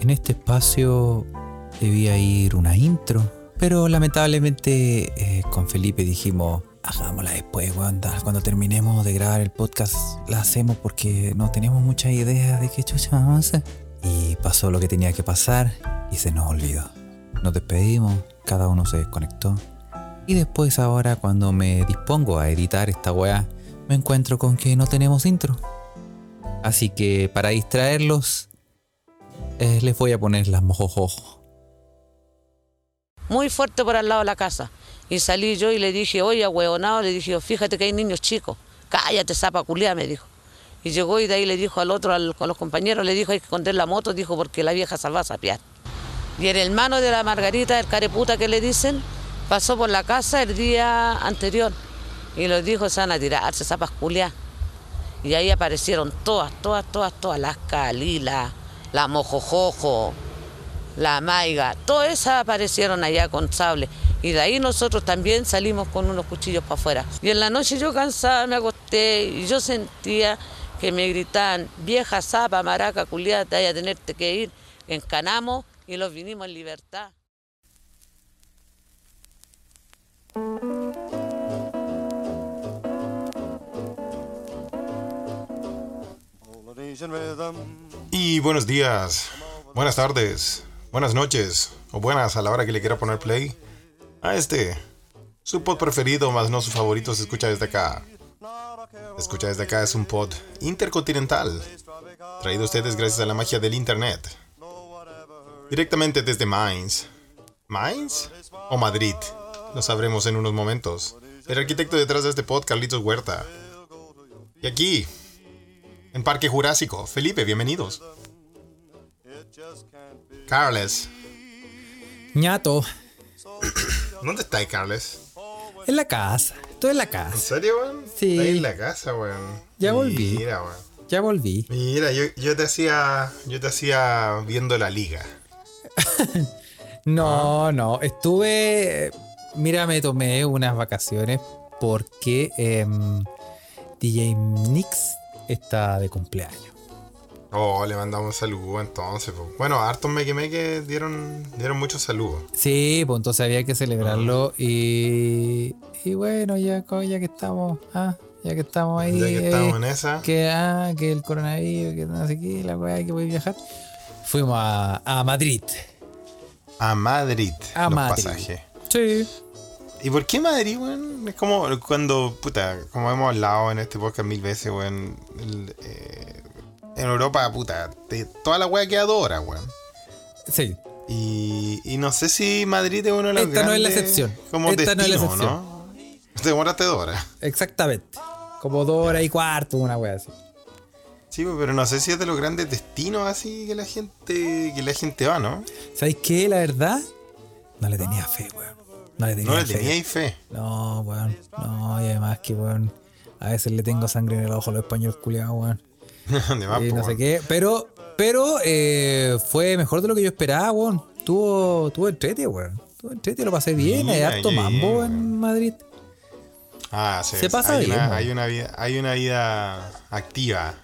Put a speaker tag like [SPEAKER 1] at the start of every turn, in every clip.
[SPEAKER 1] En este espacio debía ir una intro, pero lamentablemente eh, con Felipe dijimos, hagámosla después, cuando, cuando terminemos de grabar el podcast la hacemos porque no teníamos mucha idea de qué chucha vamos a hacer. Y pasó lo que tenía que pasar y se nos olvidó. Nos despedimos, cada uno se desconectó. Y después ahora cuando me dispongo a editar esta weá, me encuentro con que no tenemos intro. Así que para distraerlos, eh, les voy a poner las mojojojo.
[SPEAKER 2] muy fuerte por al lado de la casa. Y salí yo y le dije, oye, huevonado, le dije, fíjate que hay niños chicos, cállate, zapa culia, me dijo. Y llegó y de ahí le dijo al otro, al- a los compañeros, le dijo, hay que esconder la moto, dijo, porque la vieja se va a sapear. Y el hermano de la Margarita, el careputa que le dicen, pasó por la casa el día anterior y los dijo, se van a tirarse, zapas culia. Y ahí aparecieron todas, todas, todas, todas, las calilas, la mojojojo, la maiga, todas esas aparecieron allá con sable. Y de ahí nosotros también salimos con unos cuchillos para afuera. Y en la noche yo cansada me acosté y yo sentía que me gritaban, vieja zapa, maraca, culiada, te vaya a tenerte que ir. Encanamos y los vinimos en libertad.
[SPEAKER 3] Y buenos días, buenas tardes, buenas noches o buenas a la hora que le quiera poner play a este, su pod preferido, más no su favorito, se escucha desde acá. Escucha desde acá es un pod intercontinental, traído a ustedes gracias a la magia del internet, directamente desde Mainz. ¿Mainz o Madrid? Lo sabremos en unos momentos. El arquitecto detrás de este pod, Carlitos Huerta. Y aquí, en Parque Jurásico. Felipe, bienvenidos. Carles.
[SPEAKER 1] ñato,
[SPEAKER 3] ¿Dónde está Carles?
[SPEAKER 1] en la casa, estoy en la
[SPEAKER 3] ¿En
[SPEAKER 1] casa,
[SPEAKER 3] serio, weón?
[SPEAKER 1] Sí.
[SPEAKER 3] Está ahí en la casa, weón.
[SPEAKER 1] Ya volví.
[SPEAKER 3] Mira, weón.
[SPEAKER 1] ya volví.
[SPEAKER 3] Mira, yo, yo te hacía. Yo te hacía viendo la liga. Ah.
[SPEAKER 1] No, no, estuve. Mira, me tomé unas vacaciones porque em, DJ Nix está de cumpleaños.
[SPEAKER 3] Oh, le mandamos saludo entonces. po. Bueno, hartos me que dieron, dieron muchos saludos.
[SPEAKER 1] Sí, pues entonces había que
[SPEAKER 3] Ah.
[SPEAKER 1] celebrarlo y. Y bueno, ya, co- ya que estamos. Ah, ya que estamos ahí.
[SPEAKER 3] Ya que
[SPEAKER 1] eh,
[SPEAKER 3] estamos en esa.
[SPEAKER 1] que, ah, que el coronavirus, que no sé qué, la weá, que voy a viajar. Fuimos a, a Madrid.
[SPEAKER 3] A Madrid.
[SPEAKER 1] A
[SPEAKER 3] los
[SPEAKER 1] Madrid.
[SPEAKER 3] pasajes.
[SPEAKER 1] Sí.
[SPEAKER 3] ¿Y por qué Madrid, weón? Es como cuando, puta, como hemos hablado en este podcast mil veces, weón. el, eh, en Europa, puta, te- toda la weá queda dos horas, weón.
[SPEAKER 1] Sí.
[SPEAKER 3] Y, y no sé si Madrid es uno de los
[SPEAKER 1] Esta no es la
[SPEAKER 3] grandes
[SPEAKER 1] excepción.
[SPEAKER 3] Como
[SPEAKER 1] Esta no es la
[SPEAKER 3] destino,
[SPEAKER 1] excepción.
[SPEAKER 3] ¿no? Te demoraste dos horas.
[SPEAKER 1] Exactamente. Como dos horas y cuarto, una weá así.
[SPEAKER 3] Sí, pero no sé si es de los grandes destinos así que la gente, que la gente va, ¿no?
[SPEAKER 1] ¿Sabéis qué? La verdad, no le tenía fe, weón. No le tenía
[SPEAKER 3] No le
[SPEAKER 1] fe.
[SPEAKER 3] teníais fe.
[SPEAKER 1] No, weón. No, y además que, weón, a veces le tengo sangre en el ojo a los españoles culiados, weón.
[SPEAKER 3] De más,
[SPEAKER 1] Y
[SPEAKER 3] po,
[SPEAKER 1] no sé
[SPEAKER 3] Ah, pues, weón.
[SPEAKER 1] qué. Pero, pero eh, fue mejor de lo que yo esperaba, weón. Tuvo, tuvo entrete, weón. Tuvo entrete, lo pasé bien. Hay
[SPEAKER 3] Mira,
[SPEAKER 1] harto
[SPEAKER 3] qué
[SPEAKER 1] mambo
[SPEAKER 3] bien,
[SPEAKER 1] en Madrid.
[SPEAKER 3] Ah, sí.
[SPEAKER 1] Se pasa
[SPEAKER 3] hay
[SPEAKER 1] bien,
[SPEAKER 3] Una,
[SPEAKER 1] weón.
[SPEAKER 3] hay, una vida, hay una vida activa.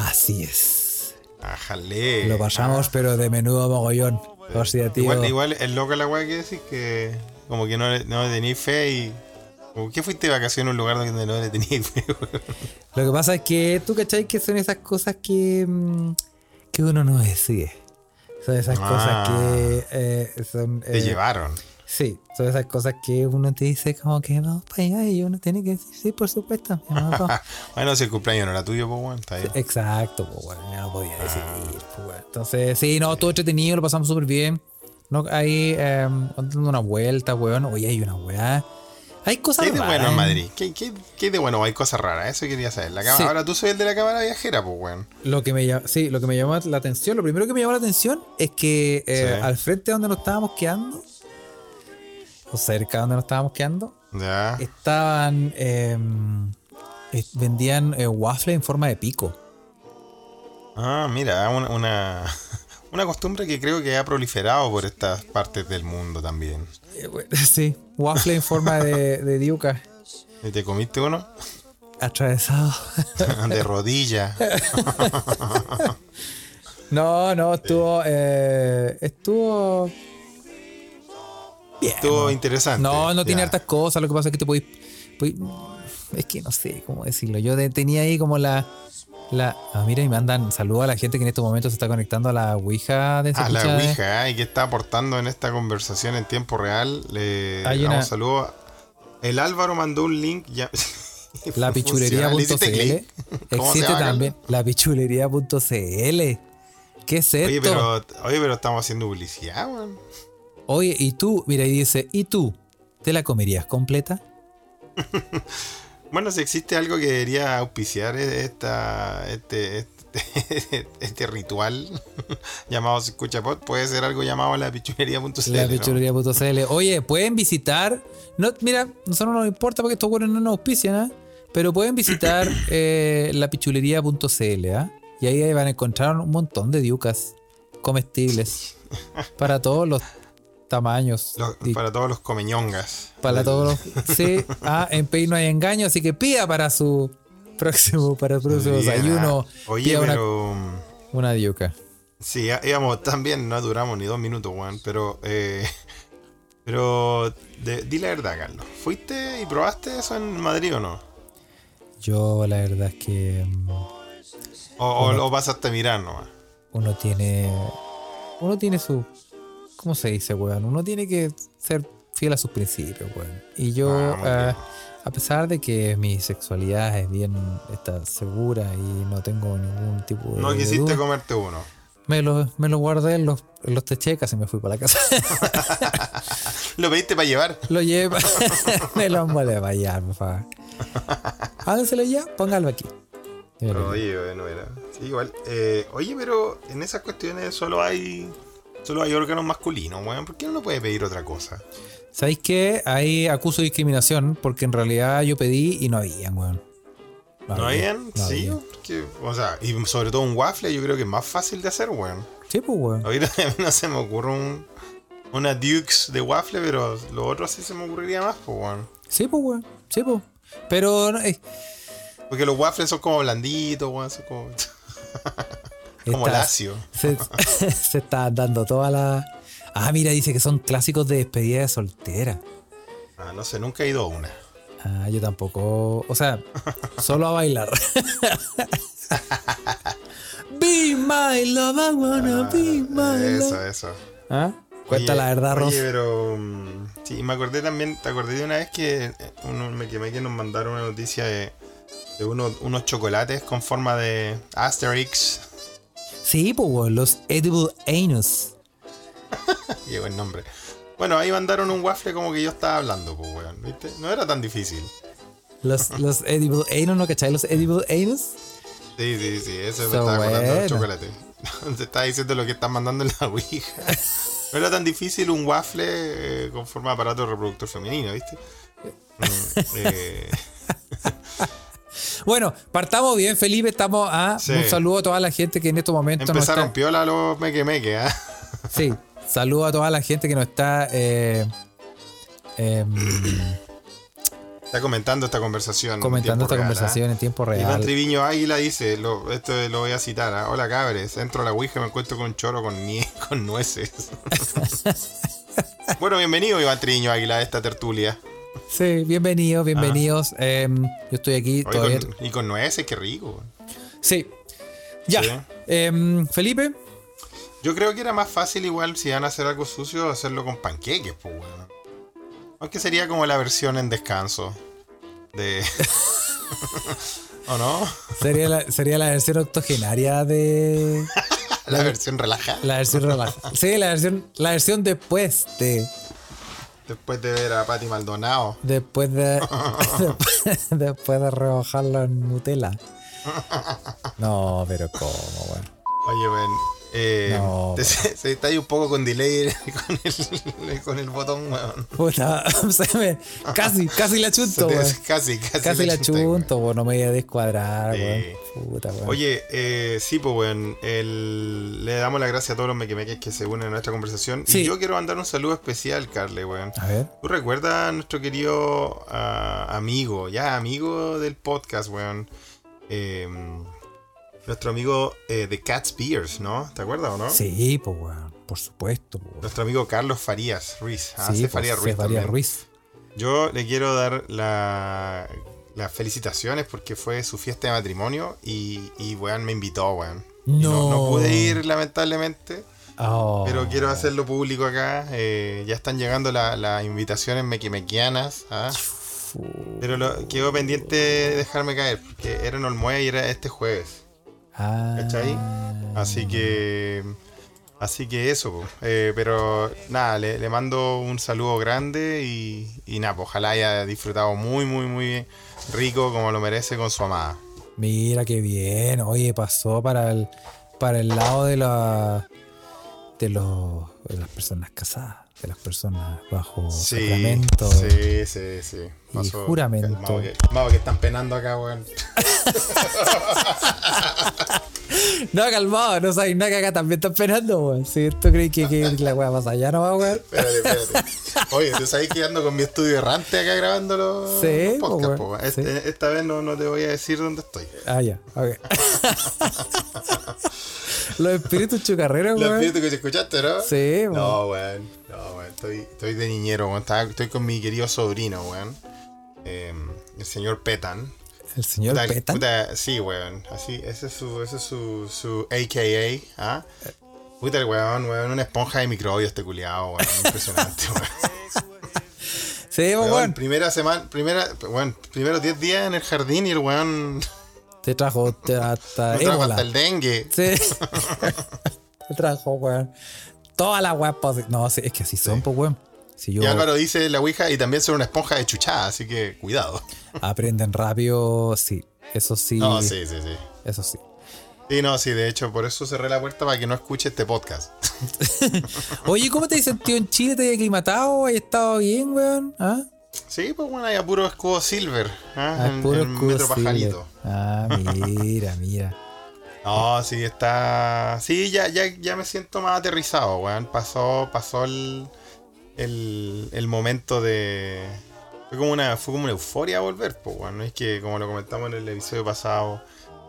[SPEAKER 3] Ah,
[SPEAKER 1] Así es.
[SPEAKER 3] Ajale.
[SPEAKER 1] Lo pasamos, pero de menudo mogollón. Hostia, tío.
[SPEAKER 3] Eh, Igual, igual es loca la weá que decís que como que no, le- no le tenéis fe y. como que fuiste de vacaciones a un lugar donde no le tenías fe, weón?
[SPEAKER 1] Lo que pasa es que tú cachai que son esas cosas que, mm, que uno no decide. Son esas cosas
[SPEAKER 3] Ah.
[SPEAKER 1] que eh, son.
[SPEAKER 3] Te
[SPEAKER 1] eh,
[SPEAKER 3] llevaron.
[SPEAKER 1] Sí, son esas cosas que uno te dice como que vamos para allá y uno tiene que decir, sí, por supuesto. mi amor, vamos".
[SPEAKER 3] Ah, bueno, si el cumpleaños no era tuyo, pues bueno, está bien.
[SPEAKER 1] Exacto, pues bueno, yo no podía
[SPEAKER 3] Ah.
[SPEAKER 1] decidir. pues, bueno. Entonces, sí, no, todo entretenido, lo pasamos súper bien. No, ahí eh, dando una vuelta, weón. Oye, hay una weá. Hay
[SPEAKER 3] ¿Qué
[SPEAKER 1] cosas
[SPEAKER 3] hay de
[SPEAKER 1] raras
[SPEAKER 3] bueno en Madrid? ¿Qué, qué, qué hay de bueno? Hay cosas raras, eso quería saber. La cámara-
[SPEAKER 1] Sí.
[SPEAKER 3] Ahora tú soy el de la cámara viajera, pues weón.
[SPEAKER 1] Lo que me llam- sí, lo que me llamó la atención, lo primero que me llamó la atención es que eh,
[SPEAKER 3] Sí.
[SPEAKER 1] al frente donde nos estábamos quedando, o cerca donde nos estábamos quedando,
[SPEAKER 3] Ya.
[SPEAKER 1] estaban eh, eh, vendían eh, waffles en forma de pico.
[SPEAKER 3] Ah, mira, una, una, una costumbre que creo que ha proliferado por estas partes del mundo también.
[SPEAKER 1] Eh, bueno, sí, waffles en forma de, de diuca.
[SPEAKER 3] ¿Y ¿Te comiste uno?
[SPEAKER 1] Atravesado.
[SPEAKER 3] de rodilla.
[SPEAKER 1] No, no, estuvo. eh, estuvo.
[SPEAKER 4] Bien.
[SPEAKER 3] Estuvo interesante.
[SPEAKER 1] No, no tiene
[SPEAKER 3] ya.
[SPEAKER 1] hartas cosas. Lo que pasa es que te podís. podís- es que no sé cómo decirlo. Yo de- tenía ahí como la. la ah, mira, y mandan saludos a la gente que en estos momentos se está conectando a la Ouija de
[SPEAKER 3] A la
[SPEAKER 1] Escucha, eh.
[SPEAKER 3] Ouija, ¿eh? y que está aportando en esta conversación en tiempo real. Le
[SPEAKER 1] Hay
[SPEAKER 3] damos
[SPEAKER 1] una-
[SPEAKER 3] saludo. El Álvaro mandó un link ya.
[SPEAKER 1] La
[SPEAKER 3] Funciona. ¿Le
[SPEAKER 1] pichulería.cl
[SPEAKER 3] hiciste clic? ¿Cómo se
[SPEAKER 1] existe
[SPEAKER 3] llama,
[SPEAKER 1] también. La pichulería.cl. ¿Qué es esto?
[SPEAKER 3] Oye, pero, oye, pero estamos haciendo publicidad, weón.
[SPEAKER 1] Oye, y tú, mira, y dice, ¿y tú? ¿Te la comerías completa?
[SPEAKER 3] Bueno, si existe algo que debería auspiciar es esta, este, este, este ritual llamado Se Escucha Pod, puede ser algo llamado la pichulería.cl.
[SPEAKER 1] La
[SPEAKER 3] ¿no?
[SPEAKER 1] pichulería.cl. Oye, pueden visitar. No, mira, nosotros no nos importa porque estos buenos no nos auspician, ¿ah? Pero pueden visitar eh, lapichulería.cl, ¿ah? Y ahí van a encontrar un montón de diucas comestibles. Para todos los tamaños.
[SPEAKER 3] Lo-
[SPEAKER 1] y para
[SPEAKER 3] para todos los comeñongas.
[SPEAKER 1] todos los. Sí, ah, en Pay no hay engaño, así que pida para su próximo, para su próximo
[SPEAKER 3] Bien,
[SPEAKER 1] desayuno.
[SPEAKER 3] ah. Oye,
[SPEAKER 1] pida una-
[SPEAKER 3] pero.
[SPEAKER 1] una, diuca.
[SPEAKER 3] Sí, á- íbamos tan bien, no duramos ni dos minutos, weón. Pero. Eh, pero. de- di la verdad, Carlos. ¿Fuiste y probaste eso en Madrid o no?
[SPEAKER 1] Yo, la verdad es que. mm,
[SPEAKER 3] O, o lo pasaste a mirar nomás.
[SPEAKER 1] uno tiene. Uno tiene su. ¿Cómo se dice, weón? Uno tiene que ser fiel a sus principios, weón. Y yo,
[SPEAKER 3] Ah, muy
[SPEAKER 1] ah,
[SPEAKER 3] bien.
[SPEAKER 1] a pesar de que mi sexualidad es bien está segura y no tengo ningún tipo de.
[SPEAKER 3] No quisiste
[SPEAKER 1] duda,
[SPEAKER 3] comerte uno.
[SPEAKER 1] me, lo, me lo guardé en los, en los techecas y me fui para la casa.
[SPEAKER 3] Lo pediste para llevar.
[SPEAKER 1] lo llevé. pa- me lo envolé para allá, por favor. Háganselo ya, póngalo aquí. Y me lo-
[SPEAKER 3] Oye, bueno, era. Sí, igual. Eh, oye, pero en esas cuestiones solo hay. Solo hay órganos masculinos, weón. ¿Por qué no puede pedir otra cosa?
[SPEAKER 1] ¿Sabéis qué? Ahí acuso de discriminación porque en realidad yo pedí y no habían, weón.
[SPEAKER 3] ¿No habían?
[SPEAKER 1] no
[SPEAKER 3] sí,
[SPEAKER 1] había.
[SPEAKER 3] porque, o sea, y sobre todo un waffle yo creo que es más fácil de hacer, weón.
[SPEAKER 1] Sí, pues, weón.
[SPEAKER 3] Ahorita a mí no se me ocurre un, una Dukes de waffle, pero lo otro sí se me ocurriría más, pues, weón.
[SPEAKER 1] Sí, pues, weón. Sí, pues. Pero no, eh,
[SPEAKER 3] Porque los waffles son como blanditos, weón, son como, como
[SPEAKER 1] está-
[SPEAKER 3] lacio.
[SPEAKER 1] Se, se está dando toda la. Ah, mira, dice que son clásicos de despedida de soltera.
[SPEAKER 3] Ah, no sé, nunca he ido a una.
[SPEAKER 1] Ah, yo tampoco. O sea, solo a bailar. be my love, I wanna
[SPEAKER 3] Ah,
[SPEAKER 1] be my
[SPEAKER 3] eso,
[SPEAKER 1] love.
[SPEAKER 3] eso.
[SPEAKER 1] ¿Ah? Cuenta
[SPEAKER 3] Oye,
[SPEAKER 1] la verdad, Ross.
[SPEAKER 3] Oye, pero. mm, sí, me acordé también, te acordé de una vez que eh, uno- me quemé que nos mandaron una noticia de, de uno- unos chocolates con forma de Asterix.
[SPEAKER 1] Sí, pues, weón. Los Edible Anus.
[SPEAKER 3] Llegó el nombre. Bueno, ahí mandaron un waffle como que yo estaba hablando, pues, weón. ¿Viste? No era tan difícil.
[SPEAKER 1] Los, los Edible Anus, ¿no cachai? Los Edible Anus.
[SPEAKER 3] Sí, sí, sí, eso me
[SPEAKER 1] So
[SPEAKER 3] estaba acordando del
[SPEAKER 1] bueno.
[SPEAKER 3] chocolate. Te estaba diciendo lo que están mandando en la Ouija. No era tan difícil un waffle eh, con forma de aparato reproductor femenino, ¿viste? Mm, eh,
[SPEAKER 1] Bueno, partamos bien, Felipe. Estamos a
[SPEAKER 3] Sí.
[SPEAKER 1] un saludo a toda la gente que en estos momentos nos
[SPEAKER 3] empezaron
[SPEAKER 1] está.
[SPEAKER 3] piola los meque meque, ¿ah?
[SPEAKER 1] Sí, saludo a toda la gente que nos está. eh, em,
[SPEAKER 3] Está comentando esta conversación. en
[SPEAKER 1] comentando
[SPEAKER 3] tiempo
[SPEAKER 1] esta
[SPEAKER 3] real, ¿ah?
[SPEAKER 1] conversación en tiempo
[SPEAKER 3] Iván
[SPEAKER 1] real.
[SPEAKER 3] Triviño Águila dice, lo- esto lo voy a citar, ¿ah? hola cabres, entro a la Ouija y me encuentro con un choro con, nie- con nueces. bueno, bienvenido Iván Triviño Águila a esta tertulia.
[SPEAKER 1] Sí, bienvenidos, bienvenidos. Em, yo estoy aquí
[SPEAKER 3] Ah. Oye,
[SPEAKER 1] todavía.
[SPEAKER 3] con- y con nueces, qué rico.
[SPEAKER 1] Sí. Ya.
[SPEAKER 3] Sí.
[SPEAKER 1] Em, Felipe,
[SPEAKER 3] Yo creo que era más fácil igual si van a hacer algo sucio hacerlo con panqueques, pues weón. Aunque sería como la versión en descanso de... ¿O no?
[SPEAKER 1] sería la, sería la versión octogenaria de.
[SPEAKER 3] La versión relajada.
[SPEAKER 1] La versión relajada. Sí, la versión, la versión después de.
[SPEAKER 3] Después de ver a Pati Maldonado.
[SPEAKER 1] Después de. después, después de rebajarlo en Nutella. No, pero cómo, weón.
[SPEAKER 3] Oye, weón. Eh,
[SPEAKER 1] No,
[SPEAKER 3] te- se, se está ahí un poco con delay con el, con el botón, weón.
[SPEAKER 1] Puta, se me- casi, casi la
[SPEAKER 3] Se
[SPEAKER 1] chunto,
[SPEAKER 3] te-
[SPEAKER 1] weón.
[SPEAKER 3] Casi, casi,
[SPEAKER 1] Casi la
[SPEAKER 3] chunté, weón.
[SPEAKER 1] chunto, weón. No me voy a descuadrar,
[SPEAKER 3] Sí.
[SPEAKER 1] weón. Puta, weón.
[SPEAKER 3] Oye, eh, sí, pues, weón. el- le damos la gracias a todos los mequemeques que se unen a nuestra conversación.
[SPEAKER 1] Sí.
[SPEAKER 3] Y yo quiero mandar un saludo especial, Carle, weón.
[SPEAKER 1] A ver.
[SPEAKER 3] ¿Tú recuerdas a nuestro querido ah, amigo, ya amigo del podcast, weón? Eh, Nuestro amigo eh, de Cat Spears, ¿no? ¿Te acuerdas o no?
[SPEAKER 1] Sí, pues, weón. Por supuesto, po, weón.
[SPEAKER 3] Nuestro amigo Carlos Farías Ruiz. Ah,
[SPEAKER 1] sí,
[SPEAKER 3] sí,
[SPEAKER 1] po,
[SPEAKER 3] Farías Ruiz.
[SPEAKER 1] Cefaría
[SPEAKER 3] también.
[SPEAKER 1] Ruiz.
[SPEAKER 3] Yo le quiero dar la- las felicitaciones porque fue su fiesta de matrimonio y, y weón, me invitó, weón. Y No,
[SPEAKER 1] No.
[SPEAKER 3] no pude ir, lamentablemente,
[SPEAKER 1] Oh.
[SPEAKER 3] pero quiero hacerlo público acá. eh, ya están llegando la- las invitaciones mequimequianas. ¿ah? Pero lo, quedó pendiente dejarme caer porque era en Olmué y era este jueves.
[SPEAKER 1] Ah.
[SPEAKER 3] ¿Cachai? Así que. Así que eso, po. Eh, pero nada, le, le mando un saludo grande y, y nada, pues, ojalá haya disfrutado muy, muy, muy rico como lo merece con su amada.
[SPEAKER 1] Mira qué bien. Oye, pasó para el, para el lado de la de los de las personas casadas, de las personas bajo sacramento.
[SPEAKER 3] sí, sí, sí.
[SPEAKER 1] Oh, Y juramento.
[SPEAKER 3] Mago que, mago que están penando acá, weón.
[SPEAKER 1] No, calmado, no sabes nada que acá también está esperando, weón. Si tú crees que, que la weá pasa allá no va, weón.
[SPEAKER 3] Espérate, espérate. Oye, tú sabes que ando con mi estudio errante acá grabando los,
[SPEAKER 1] Sí,
[SPEAKER 3] los
[SPEAKER 1] po,
[SPEAKER 3] podcasts, po,
[SPEAKER 1] weón.
[SPEAKER 3] Este- Esta vez no, no te voy a decir dónde estoy.
[SPEAKER 1] Ah, ya, ok. los espíritus chucarreros,
[SPEAKER 3] Los
[SPEAKER 1] weón.
[SPEAKER 3] espíritus que te escuchaste, ¿no?
[SPEAKER 1] Sí, weón.
[SPEAKER 3] No, weón. No, weón. Estoy, estoy de niñero, weón. Estaba- estoy con mi querido sobrino, weón. Eh, el señor Petan.
[SPEAKER 1] El señor
[SPEAKER 3] Puta-
[SPEAKER 1] Petan.
[SPEAKER 3] puta- sí, weón. Así, ese es su, ese es su, su AKA, ¿ah?
[SPEAKER 1] Eh.
[SPEAKER 3] Puta el weón, weón, una esponja de microbio este culiado, weón. Impresionante, weón.
[SPEAKER 1] Sí, pues,
[SPEAKER 3] Weón,
[SPEAKER 1] weón.
[SPEAKER 3] Primera semana, primera, weón, primeros 10 días en el jardín y el weón
[SPEAKER 1] Te trajo te- hasta
[SPEAKER 3] no trajo
[SPEAKER 1] ébola.
[SPEAKER 3] hasta el dengue.
[SPEAKER 1] Sí. Te trajo, weón. Todas las weas posi- No, sí, es que así son, pues, weón. Si yo
[SPEAKER 3] Y Álvaro dice la ouija y también son una esponja de chuchada, así que cuidado.
[SPEAKER 1] aprenden rápido, sí. Eso sí.
[SPEAKER 3] No, sí, sí, sí.
[SPEAKER 1] Eso sí.
[SPEAKER 3] Sí, no, sí, de hecho, por eso cerré la puerta para que no escuche este podcast.
[SPEAKER 1] Oye, ¿cómo te has sentido en Chile? ¿Te has aclimatado? ¿Has estado bien, weón? ¿Ah?
[SPEAKER 3] Sí, pues bueno, hay a puro escudo silver. ¿ah?
[SPEAKER 1] Ah,
[SPEAKER 3] en-
[SPEAKER 1] puro
[SPEAKER 3] en
[SPEAKER 1] escudo
[SPEAKER 3] Metro
[SPEAKER 1] silver.
[SPEAKER 3] Pajarito.
[SPEAKER 1] Ah, mira, mira.
[SPEAKER 3] No, sí, está. Sí, ya, ya, ya me siento más aterrizado, weón. Pasó, pasó el, el, el momento de. Fue como una, fue como una euforia volver, pues, weón. No es que, como lo comentamos en el episodio pasado,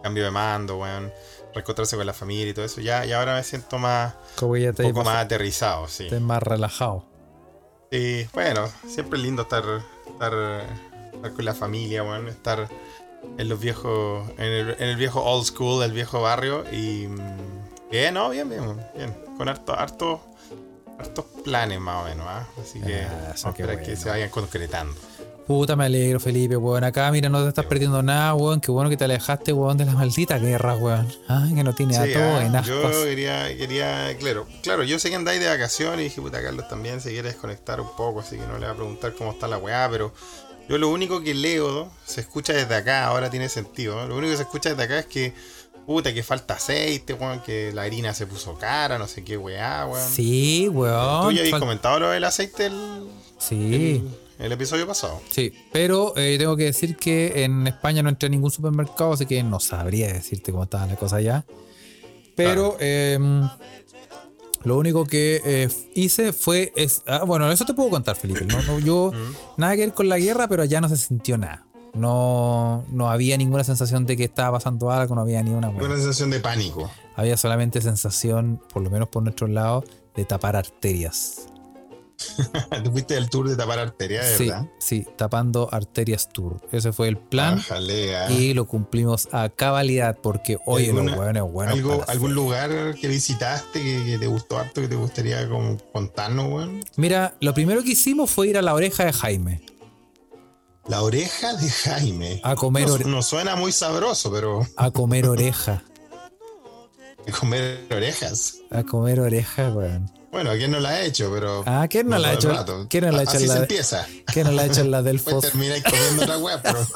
[SPEAKER 3] cambio de mando, weón. Reencontrarse con la familia y todo eso. Ya, ya ahora me siento más,
[SPEAKER 1] Como que ya te
[SPEAKER 3] un poco
[SPEAKER 1] estás
[SPEAKER 3] más aterrizado, sí.
[SPEAKER 1] más, relajado.
[SPEAKER 3] Sí, bueno, siempre es lindo estar, estar, estar con la familia, weón, estar en los viejos, en el, en el viejo old school, el viejo barrio y mm, bien, no, bien, bien, bien, con harto, harto, hartos planes más o menos, ¿ah? así que
[SPEAKER 1] Ah,
[SPEAKER 3] vamos
[SPEAKER 1] eso
[SPEAKER 3] a
[SPEAKER 1] qué
[SPEAKER 3] esperar que
[SPEAKER 1] bueno.
[SPEAKER 3] se vayan concretando.
[SPEAKER 1] Puta, me alegro, Felipe, weón. Acá, mira, no te estás perdiendo nada, weón. Qué bueno que te alejaste, weón, de las malditas guerras, weón. Ah, que no tiene a
[SPEAKER 3] Sí,
[SPEAKER 1] todo
[SPEAKER 3] ah,
[SPEAKER 1] en ascuas.
[SPEAKER 3] yo quería, quería, claro, claro, yo sé que andáis de vacaciones y dije, puta, Carlos también se quiere desconectar un poco, así que no le voy a preguntar cómo está la weá, pero yo lo único que leo, ¿no? se escucha desde acá, ahora tiene sentido, ¿no? lo único que se escucha desde acá es que, puta, que falta aceite, weón, que la harina se puso cara, no sé qué weá, weón.
[SPEAKER 1] Sí,
[SPEAKER 3] Tú
[SPEAKER 1] weón.
[SPEAKER 3] ya habéis
[SPEAKER 1] Fal-
[SPEAKER 3] comentado lo del aceite el,
[SPEAKER 1] Sí,
[SPEAKER 3] el episodio pasado.
[SPEAKER 1] sí. Pero eh, tengo que decir que en España no entré a ningún supermercado, así que no sabría decirte cómo estaban las cosas allá. Pero em, lo único que eh, hice fue. es- ah, bueno, eso te puedo contar, Felipe. ¿no? No, yo,
[SPEAKER 3] Mm.
[SPEAKER 1] nada que ver con la guerra, pero allá no se sintió nada. No, no había ninguna sensación de que estaba pasando algo, no había ni una.
[SPEAKER 3] Una sensación de pánico.
[SPEAKER 1] Había solamente sensación, por lo menos por nuestro lado, de tapar arterias.
[SPEAKER 3] Tú fuiste del tour de tapar arteria,
[SPEAKER 1] Sí,
[SPEAKER 3] ¿verdad?
[SPEAKER 1] sí, tapando arterias tour. Ese fue el plan
[SPEAKER 3] Ájale, ah.
[SPEAKER 1] y lo cumplimos a cabalidad porque oye, los
[SPEAKER 3] alguna-
[SPEAKER 1] hueones buenos
[SPEAKER 3] algo-
[SPEAKER 1] para
[SPEAKER 3] ¿Algún
[SPEAKER 1] hacer.
[SPEAKER 3] lugar que visitaste que, que te gustó harto, que te gustaría como contarnos, weón?
[SPEAKER 1] Mira, lo primero que hicimos fue ir a la oreja de Jaime
[SPEAKER 3] La oreja de Jaime.
[SPEAKER 1] a comer
[SPEAKER 3] No,
[SPEAKER 1] ore-
[SPEAKER 3] no suena muy sabroso, pero
[SPEAKER 1] a comer oreja,
[SPEAKER 3] comer orejas.
[SPEAKER 1] a comer oreja, weón.
[SPEAKER 3] Bueno, ¿a quién no la ha hecho? Pero
[SPEAKER 1] Ah, ¿quién no
[SPEAKER 3] pero
[SPEAKER 1] la ha
[SPEAKER 3] todo
[SPEAKER 1] hecho?
[SPEAKER 3] el rato.
[SPEAKER 1] ¿Quién no la ha hecho
[SPEAKER 3] Así
[SPEAKER 1] la-
[SPEAKER 3] se empieza.
[SPEAKER 1] ¿Quién no la ha hecho en la del
[SPEAKER 3] Después
[SPEAKER 1] fósforo?
[SPEAKER 3] termináis comiendo otra weá, pero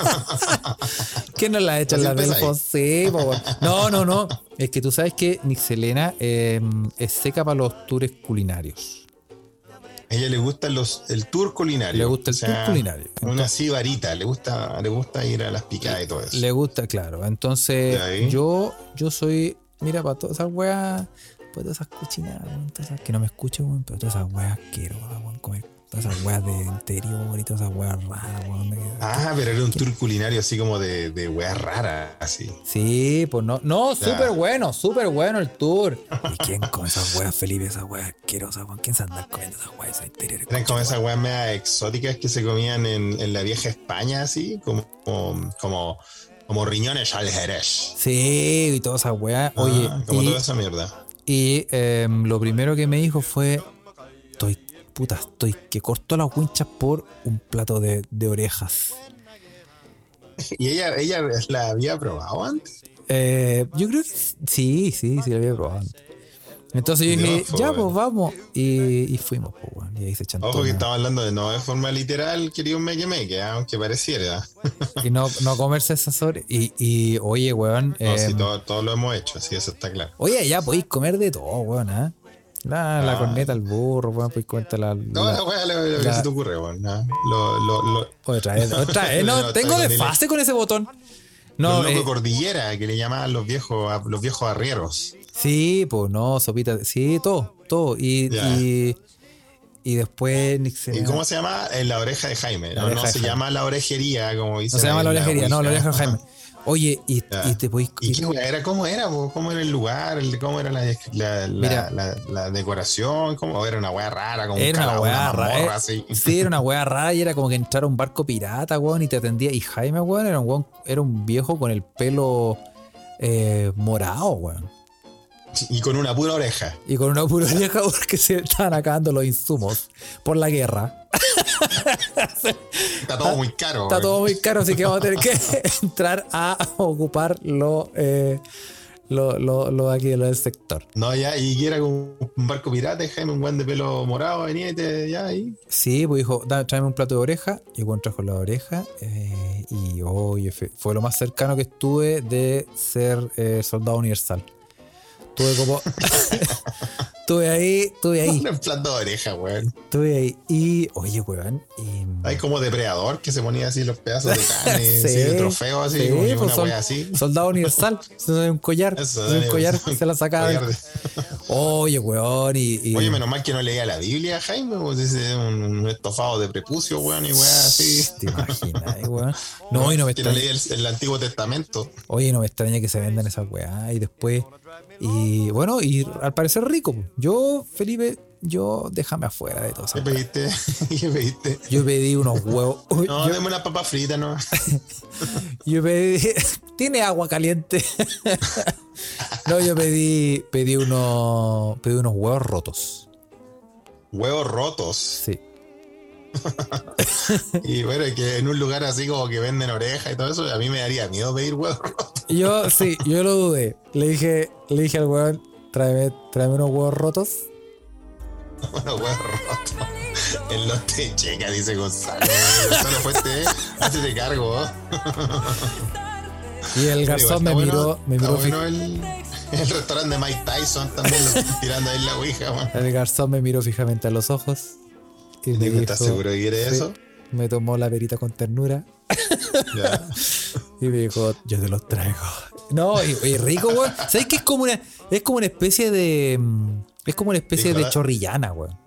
[SPEAKER 1] ¿Quién no la ha hecho
[SPEAKER 3] Así
[SPEAKER 1] la del
[SPEAKER 3] empezáis.
[SPEAKER 1] José? po, weón? No, no, no. Es que tú sabes que Nixelena eh, es seca para los tours culinarios.
[SPEAKER 3] a ella le gusta los, el tour culinario.
[SPEAKER 1] Le gusta el
[SPEAKER 3] O sea,
[SPEAKER 1] tour culinario.
[SPEAKER 3] Una sibarita, le gusta, le gusta ir a las picadas y todo eso.
[SPEAKER 1] Le gusta, claro. Entonces,
[SPEAKER 3] Ya, ¿eh?
[SPEAKER 1] yo, yo soy. Mira, para todas esas
[SPEAKER 4] pues
[SPEAKER 1] weas. Para todas esas cochinadas, weón, todas esas- que no me escuchen, weón, pero todas esas weas quiero, weón, comer
[SPEAKER 4] Todas esas weas de interior y todas esas weas raras, weón. de que-
[SPEAKER 3] Ah, pero era un tour culinario así como de, de wea rara, así.
[SPEAKER 1] Sí, pues no. No,
[SPEAKER 3] Ya.
[SPEAKER 1] súper bueno, súper bueno el tour.
[SPEAKER 4] ¿Y quién come esas weas, Felipe? Esas weas asquerosas, weón. ¿Quién se anda comiendo esas weas esas interiores?
[SPEAKER 3] Eran como
[SPEAKER 4] concha,
[SPEAKER 3] esas weas mea exóticas que se comían en, en la vieja España, así, como, como, como, como riñones al jerez.
[SPEAKER 1] Sí,
[SPEAKER 4] y todas esas weas.
[SPEAKER 3] Ah,
[SPEAKER 4] Oye,
[SPEAKER 3] como
[SPEAKER 4] y-
[SPEAKER 3] toda esa mierda.
[SPEAKER 1] y eh, lo primero que me dijo fue,
[SPEAKER 4] Estoy, puta, estoy que corto las winchas por un plato de, de orejas.
[SPEAKER 3] ¿Y ella, ella la había probado antes?
[SPEAKER 1] eh, yo creo que sí, sí, sí lo había probado antes. Entonces yo dije,
[SPEAKER 3] Ya, pues,
[SPEAKER 1] ya,
[SPEAKER 3] bueno.
[SPEAKER 1] pues vamos. Y, y fuimos, pues, bueno. Y ahí se chantó.
[SPEAKER 3] Ojo que
[SPEAKER 1] ¿no?
[SPEAKER 3] estamos hablando de no de forma literal, querido meque meque, ¿eh? aunque pareciera.
[SPEAKER 1] Y no, no comerse esas orejas. Y, y, oye, weón.
[SPEAKER 3] No, sí,
[SPEAKER 1] em,
[SPEAKER 3] todo, todo lo hemos hecho, sí, eso está claro.
[SPEAKER 1] Oye, ya podéis comer de todo, weón, ¿ah? La, la
[SPEAKER 3] Ah.
[SPEAKER 1] corneta al burro, weón, podéis comerte la.
[SPEAKER 3] No,
[SPEAKER 1] la-
[SPEAKER 3] la wea, lo, lo que
[SPEAKER 1] la-
[SPEAKER 3] se te ocurre, weón. ¿no? Lo, lo, lo,
[SPEAKER 1] Otra vez, otra vez.
[SPEAKER 3] No,
[SPEAKER 1] No,
[SPEAKER 3] está
[SPEAKER 1] tengo
[SPEAKER 3] con
[SPEAKER 1] desfase con ese botón. No,
[SPEAKER 3] los loco
[SPEAKER 1] eh,
[SPEAKER 3] cordillera que le llamaban los viejos, a- los viejos arrieros.
[SPEAKER 1] sí, pues no, sopita, sí, todo, todo. Y,
[SPEAKER 3] Ya.
[SPEAKER 1] y, y después. ni se-
[SPEAKER 3] ¿Y cómo se llama? Eh, La oreja de Jaime.
[SPEAKER 1] Este, La
[SPEAKER 3] No,
[SPEAKER 1] oreja
[SPEAKER 3] no
[SPEAKER 1] de
[SPEAKER 3] se
[SPEAKER 1] Jaime.
[SPEAKER 3] llama la orejería, como dice.
[SPEAKER 1] no se llama la
[SPEAKER 3] ahí
[SPEAKER 1] orejería, no, la oreja
[SPEAKER 3] Ouija.
[SPEAKER 1] de Jaime. Oye, y,
[SPEAKER 3] Ya.
[SPEAKER 1] y te podéis.
[SPEAKER 3] ¿Y qué wea era? ¿Cómo era? po? ¿Cómo era el lugar? El- ¿Cómo era la, la, la-
[SPEAKER 1] Mira.
[SPEAKER 3] la- la decoración? ¿Cómo era una weá rara? Como un
[SPEAKER 1] Era una
[SPEAKER 3] calabozo,
[SPEAKER 1] weá
[SPEAKER 3] morra,
[SPEAKER 1] rara. eh.
[SPEAKER 3] así.
[SPEAKER 1] Sí, era una weá rara y era como que entrara un barco pirata, weón, y te atendía. Y Jaime, weón, era un, weón- era un viejo con el pelo eh, morado, weón.
[SPEAKER 3] Y con una pura oreja.
[SPEAKER 1] Y con una pura vieja porque se estaban acabando los insumos por la guerra.
[SPEAKER 3] Está todo muy caro.
[SPEAKER 1] Ah, Está
[SPEAKER 3] weón.
[SPEAKER 1] todo muy caro, así que vamos a tener que entrar a ocupar lo, eh, lo, lo- lo aquí, lo del sector.
[SPEAKER 3] No, ya, y era como un barco pirata, y Jaime, un guan de pelo morado, venía y te, ya ahí.
[SPEAKER 1] Sí, pues dijo, "Da- tráeme un plato de oreja. Y el weón trajo la oreja. eh, y oye, fe- fue lo más cercano que estuve de ser eh, soldado universal. Tuve como. tuve ahí, tuve ahí,
[SPEAKER 3] Un plato de oreja, weón.
[SPEAKER 1] tuve ahí. Y, oye, weón. y-
[SPEAKER 3] Hay como depredador que se ponía así los pedazos de carne,
[SPEAKER 1] Sí,
[SPEAKER 3] así, de trofeo, así,
[SPEAKER 1] sí,
[SPEAKER 3] como que
[SPEAKER 1] pues
[SPEAKER 3] una
[SPEAKER 1] son-
[SPEAKER 3] wea así.
[SPEAKER 1] Soldado universal, se un collar,
[SPEAKER 3] Eso,
[SPEAKER 1] se un
[SPEAKER 3] dale,
[SPEAKER 1] collar
[SPEAKER 3] pues,
[SPEAKER 1] se la sacaba.
[SPEAKER 3] collar de-
[SPEAKER 1] Oye, weón, y, y-
[SPEAKER 3] Oye, menos mal que no leía la Biblia, Jaime, pues ese un, un estofado de prepucio, weón, y weá, así.
[SPEAKER 1] te imaginas, eh, weón. No, y no me
[SPEAKER 3] que no
[SPEAKER 1] extraña,
[SPEAKER 3] leía el, el Antiguo Testamento.
[SPEAKER 1] oye, no me extraña que se vendan esas weá y después y bueno, y al parecer rico. Yo, Felipe, yo déjame afuera de todo.
[SPEAKER 3] ¿Qué pediste? ¿Qué pediste?
[SPEAKER 1] Yo pedí unos huevos. uy,
[SPEAKER 3] No,
[SPEAKER 1] yo,
[SPEAKER 3] deme una papa frita, ¿no?
[SPEAKER 1] yo pedí tiene agua caliente. no, yo pedí pedí unos pedí unos huevos rotos.
[SPEAKER 3] Huevos rotos.
[SPEAKER 1] Sí.
[SPEAKER 3] Y bueno, que en un lugar así como que venden oreja y todo eso, a mí me daría miedo pedir huevos rotos.
[SPEAKER 1] Yo sí, yo lo dudé. Le dije, le dije al weón, tráeme, tráeme unos huevos rotos.
[SPEAKER 3] Bueno, huevos rotos. El no te checa, dice Gonzalo. Gonzalo Fuente, hazte cargo.
[SPEAKER 1] Y el garzón me
[SPEAKER 3] Digo, está
[SPEAKER 1] miró,
[SPEAKER 3] bueno-
[SPEAKER 1] me
[SPEAKER 3] está
[SPEAKER 1] miró
[SPEAKER 3] bueno el, el restaurante de Mike Tyson también lo están tirando ahí la ouija, weón.
[SPEAKER 1] fij- el garzón me miró fijamente a los ojos. Y me
[SPEAKER 3] Digo, ¿Estás
[SPEAKER 1] dijo-
[SPEAKER 3] seguro que quieres
[SPEAKER 1] sí.
[SPEAKER 3] eso?
[SPEAKER 1] Me tomó la verita con ternura
[SPEAKER 3] Ya.
[SPEAKER 1] y me dijo, yo te los traigo. No, y, y rico, weón. ¿Sabes que es como una, es como una especie de. mm, Es como una especie
[SPEAKER 3] Dijo, ¿eh?
[SPEAKER 1] de
[SPEAKER 3] "Da-
[SPEAKER 1] chorrillana, weón.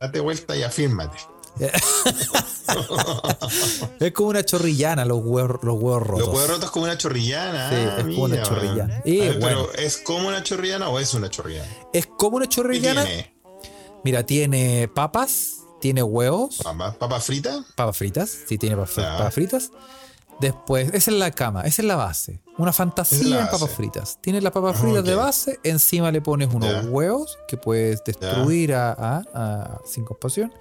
[SPEAKER 3] Date vuelta y afírmate.
[SPEAKER 1] Es como una chorrillana los huevos, los huevos rotos.
[SPEAKER 3] Los huevos rotos como una chorrillana.
[SPEAKER 1] Sí,
[SPEAKER 3] ah,
[SPEAKER 1] es como una
[SPEAKER 3] mira,
[SPEAKER 1] chorrillana.
[SPEAKER 3] man.
[SPEAKER 1] Y
[SPEAKER 3] A ver,
[SPEAKER 1] bueno.
[SPEAKER 3] Pero ¿es como una chorrillana o es una chorrillana?
[SPEAKER 1] Es como una
[SPEAKER 3] ¿Qué
[SPEAKER 1] chorrillana.
[SPEAKER 3] tiene?
[SPEAKER 1] Mira, tiene papas, tiene huevos.
[SPEAKER 3] ¿Papa, papa frita?
[SPEAKER 1] papas fritas, sí tiene papas, fri-
[SPEAKER 3] Ya.
[SPEAKER 1] papas fritas. Después, esa es la cama, esa es la base. Una fantasía
[SPEAKER 3] Esa es la
[SPEAKER 1] en papas
[SPEAKER 3] base.
[SPEAKER 1] fritas. Tienes las papas
[SPEAKER 3] Ah,
[SPEAKER 1] fritas de
[SPEAKER 3] ok.
[SPEAKER 1] base, encima le pones unos
[SPEAKER 3] Ya.
[SPEAKER 1] huevos que puedes destruir a, a- a- sin compasión.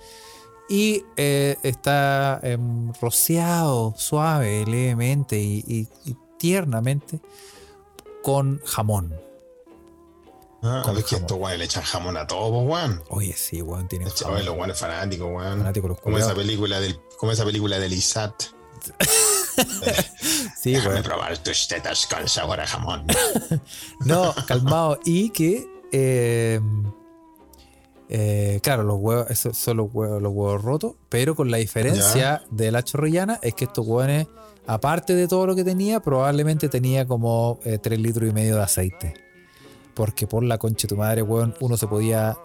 [SPEAKER 1] Y eh, está em, rociado suave, levemente y, y- y tiernamente con jamón.
[SPEAKER 3] Ah,
[SPEAKER 1] Con
[SPEAKER 3] es que
[SPEAKER 1] jamón.
[SPEAKER 3] estos guanes le echan jamón a todo, pues, guan.
[SPEAKER 1] Oye, sí, weón, tiene
[SPEAKER 3] Echa- oye, los
[SPEAKER 1] jamón.
[SPEAKER 3] guanes fanáticos, guan.
[SPEAKER 1] Fanático los
[SPEAKER 3] Como esa
[SPEAKER 1] culiados.
[SPEAKER 3] película del, como esa película del Isat. Eh,
[SPEAKER 1] Sí,
[SPEAKER 3] Déjame
[SPEAKER 1] weón.
[SPEAKER 3] probar tus tetas con sabor a jamón.
[SPEAKER 1] No, calmado. Y que. eh, eh, claro, los huevos, esos son los huevos, los huevos rotos. Pero con la diferencia de la chorrillana es que estos hueones, aparte de todo lo que tenía, probablemente tenía como eh, 3 litros y medio de aceite. Porque por la concha de tu madre, hueón, uno se podía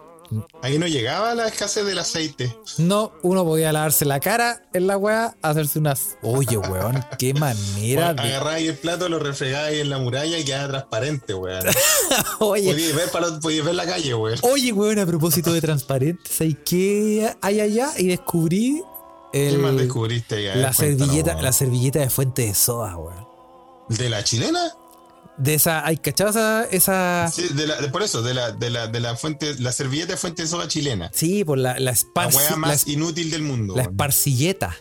[SPEAKER 3] Ahí no llegaba la escasez del aceite.
[SPEAKER 1] No, uno podía lavarse la cara en la weá, hacerse unas. Oye, weón, qué manera
[SPEAKER 3] Bueno,
[SPEAKER 1] de.
[SPEAKER 3] agarráis el plato, lo refregáis en la muralla y quedaba transparente, weón.
[SPEAKER 1] Oye,
[SPEAKER 3] Podíais ver, para- podíais ver la calle, weón.
[SPEAKER 1] oye, weón, a propósito de transparentes, ¿hay qué hay allá? Y descubrí
[SPEAKER 3] ¿Qué
[SPEAKER 1] el-
[SPEAKER 3] más descubriste allá?
[SPEAKER 1] la,
[SPEAKER 3] Cuéntanos,
[SPEAKER 1] servilleta,
[SPEAKER 3] weón.
[SPEAKER 1] la servilleta de fuente de soda, weón.
[SPEAKER 3] ¿De la chilena?
[SPEAKER 1] De esa, ay, ¿cachado esa, esa- Sí,
[SPEAKER 3] Sí, de la- de- por eso, de la, de la, de la fuente, la servilleta de fuente de soda chilena.
[SPEAKER 1] por la, la
[SPEAKER 3] La
[SPEAKER 1] esparci-
[SPEAKER 3] weá
[SPEAKER 1] la,
[SPEAKER 3] más
[SPEAKER 1] es-
[SPEAKER 3] inútil del mundo.
[SPEAKER 1] la
[SPEAKER 3] weón.
[SPEAKER 1] esparcilleta.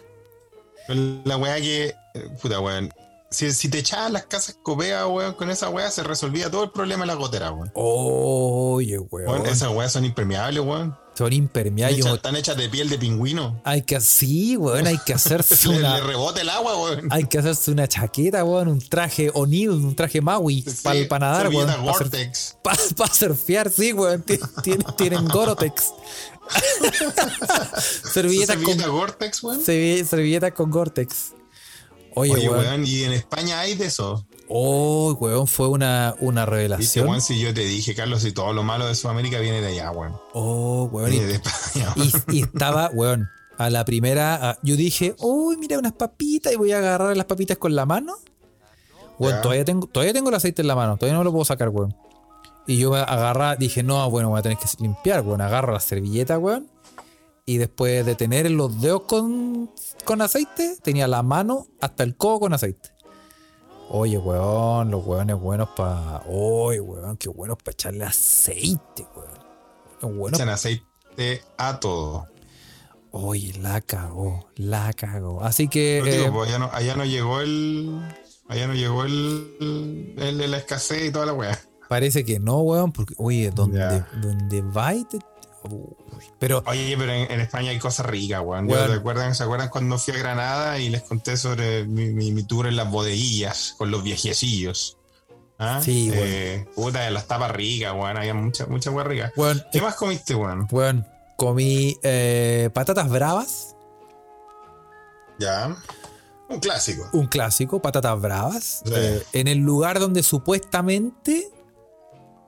[SPEAKER 3] La weá que. eh, Puta weón. Si, si te echaban las casas copea, weón, con esa weá se resolvía todo el problema de la gotera, weón.
[SPEAKER 1] Oye,
[SPEAKER 3] Weón,
[SPEAKER 1] weón.
[SPEAKER 3] esas weas son impermeables, weón.
[SPEAKER 1] Son impermeables.
[SPEAKER 3] Hechas- Están hechas de piel de pingüino.
[SPEAKER 1] Hay que así, weón, hay que hacerse
[SPEAKER 3] Le, le
[SPEAKER 1] una.
[SPEAKER 3] rebota el agua, weón.
[SPEAKER 1] Hay que hacerse una chaqueta, weón, un traje O'Neill, un traje Maui, para el panadar, weón.
[SPEAKER 3] servilleta
[SPEAKER 1] Para
[SPEAKER 3] Gore-Tex.
[SPEAKER 1] surfear, sí, weón. ti- tienen- tienen Gorotex. servilletas con.
[SPEAKER 3] Servilleta Gore-Tex, weón.
[SPEAKER 1] servi- Servilletas con Gortex. Oye,
[SPEAKER 3] Oye,
[SPEAKER 1] weón.
[SPEAKER 3] weón, y en España hay de eso.
[SPEAKER 1] Oh, weón, fue una, una
[SPEAKER 3] Viste,
[SPEAKER 1] revelación.
[SPEAKER 3] weón, si yo te dije, Carlos, si todo lo malo de Sudamérica viene de allá, weón.
[SPEAKER 1] Oh, weón.
[SPEAKER 3] Viene
[SPEAKER 1] Y,
[SPEAKER 3] de España. weón.
[SPEAKER 1] y- y estaba, weón, a la primera, a- yo dije, uy, mira unas papitas y voy a agarrar las papitas con la mano. Weón,
[SPEAKER 3] Ya.
[SPEAKER 1] todavía tengo, todavía tengo el aceite en la mano, todavía no lo puedo sacar, weón. Y yo agarrar, dije, no, bueno, voy a tener que limpiar, weón. Agarro la servilleta, weón. Y después de tener los dedos con, con aceite, tenía la mano hasta el codo con aceite. Oye, weón, los weones buenos para. Oye, weón, qué buenos para echarle aceite, weón. Los buenos
[SPEAKER 3] Echan aceite a todo.
[SPEAKER 1] Oye, la cagó, la cagó. Así que.
[SPEAKER 3] Pero, tío,
[SPEAKER 1] eh,
[SPEAKER 3] pues, allá, no, allá no llegó el. Allá no llegó el, el- el- la escasez y toda la weá.
[SPEAKER 1] parece que no, weón, porque, oye, donde,
[SPEAKER 3] Ya.
[SPEAKER 1] donde va y te- Uy, pero,
[SPEAKER 3] Oye, pero en, en España hay cosas ricas, weón. Yo-
[SPEAKER 1] Weón.
[SPEAKER 3] ¿recuerdan- ¿Se acuerdan cuando fui a Granada y les conté sobre mi, mi- mi tour en las bodeguillas con los viejecillos? ¿Ah?
[SPEAKER 1] Sí, weón.
[SPEAKER 3] Eh, puta, de las tapas ricas, weón. Había mucha, mucha weá rica.
[SPEAKER 1] weón,
[SPEAKER 3] ¿Qué
[SPEAKER 1] eh,
[SPEAKER 3] más comiste, weón?
[SPEAKER 1] weón, comí eh, patatas bravas,
[SPEAKER 3] Ya. Un clásico.
[SPEAKER 1] un clásico, patatas bravas,
[SPEAKER 3] Sí.
[SPEAKER 1] eh, en el lugar donde supuestamente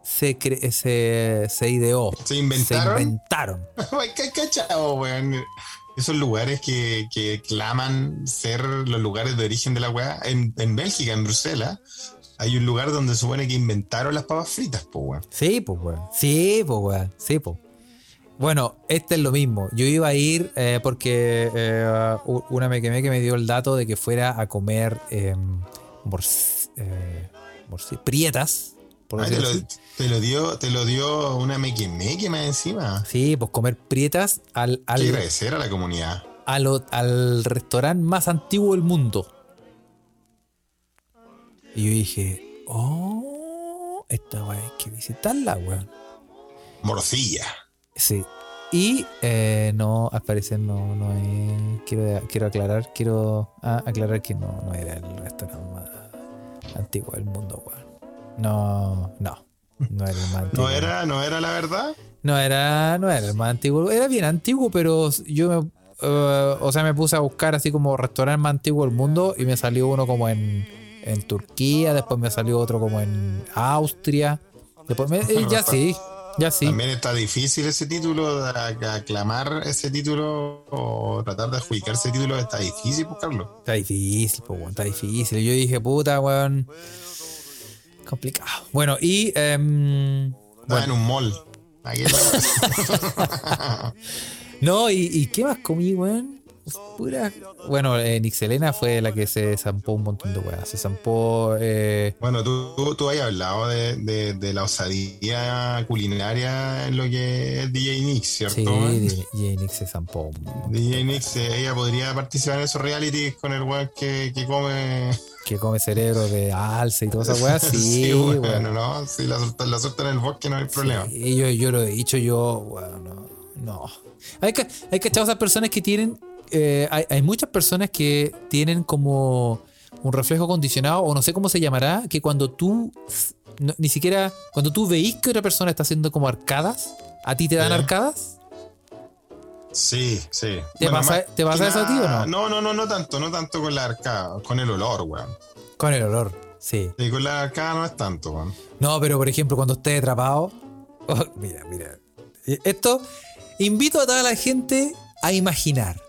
[SPEAKER 1] se, cre- se, se ideó.
[SPEAKER 3] ¿Se
[SPEAKER 1] Se
[SPEAKER 3] inventaron?
[SPEAKER 1] inventaron.
[SPEAKER 3] Ay, qué cachao, weón. Esos lugares que, que claman ser los lugares de origen de la weá. En, en Bélgica, en Bruselas, hay un lugar donde se supone que inventaron las papas fritas, po, weón.
[SPEAKER 1] Sí, pues, weón. Sí, pues, weón. Sí, pues. Bueno, este es lo mismo. Yo iba a ir eh, porque eh, u- una me quemé que me dio el dato de que fuera a comer eh, mors- eh, morci- prietas. Por
[SPEAKER 3] Ay, te,
[SPEAKER 1] decirlo
[SPEAKER 3] Ah, lo,
[SPEAKER 1] así.
[SPEAKER 3] te lo dio, te lo dio una mequemeque más encima.
[SPEAKER 1] Sí, pues comer prietas al,
[SPEAKER 3] Hay que
[SPEAKER 1] al,
[SPEAKER 3] agradecer a la comunidad.
[SPEAKER 1] a lo- al restaurante más antiguo del mundo. Y yo dije, oh, esta weón hay que visitarla, weón.
[SPEAKER 3] Morcilla.
[SPEAKER 1] Sí. Y eh, no, al parecer no, no es. Quiero, quiero aclarar, quiero ah, aclarar que no, no era el restaurante más antiguo del mundo, weón. No, no. No era el más antiguo.
[SPEAKER 3] ¿No era, no era la verdad?
[SPEAKER 1] No era, no era el más antiguo. Era bien antiguo, pero yo me. eh, o sea, me puse a buscar así como restaurante más antiguo del mundo y me salió uno como en, en Turquía, después me salió otro como en Austria. Después me- eh, ya sí, ya sí.
[SPEAKER 3] También está difícil ese título, de ac- aclamar ese título o tratar de adjudicar ese título está difícil buscarlo.
[SPEAKER 1] Está difícil, po, weón, está difícil. Yo dije, puta, weón. Complicado. Bueno, y. em,
[SPEAKER 3] Estaba en un mall. Aquí en la-
[SPEAKER 1] no, y, y ¿qué más comí, weón? Pura- Bueno, eh, Nixelena fue la que se zampó un montón de weas. Se zampó. eh,
[SPEAKER 3] bueno, tú, tú, tú habías hablado de, de- de la osadía culinaria en lo que es DJ Nix, ¿cierto?
[SPEAKER 1] sí, de- y Nix se zampó.
[SPEAKER 3] DJ Nix, eh, ella podría participar en esos realities con el weón que, que come.
[SPEAKER 1] Que come cerebro de alce y todas esas weas. Sí,
[SPEAKER 3] bueno,
[SPEAKER 1] weón.
[SPEAKER 3] ¿no? Si la suelta, la suelta en el bosque no hay problema.
[SPEAKER 1] Sí, yo, yo lo he dicho, yo, bueno, no. no. Hay, que, hay cachado esas personas que tienen, eh, hay, hay muchas personas que tienen como un reflejo condicionado, o no sé cómo se llamará, que cuando tú, no- ni siquiera, cuando tú veís que otra persona está haciendo como arcadas, ¿a ti te dan
[SPEAKER 3] Sí.
[SPEAKER 1] arcadas?
[SPEAKER 3] Sí, sí.
[SPEAKER 1] ¿Te pasa-
[SPEAKER 3] más
[SPEAKER 1] te pasa
[SPEAKER 3] que
[SPEAKER 1] eso a ti o
[SPEAKER 3] nada- No, no, no, no tanto, no tanto con la arcada, con el olor, weón.
[SPEAKER 1] Con el olor, sí.
[SPEAKER 3] Sí, con la arcada no es tanto, weón.
[SPEAKER 1] No, pero por ejemplo, cuando estés atrapado, oh, mira, mira, Eh, Esto invito a toda la gente a imaginar.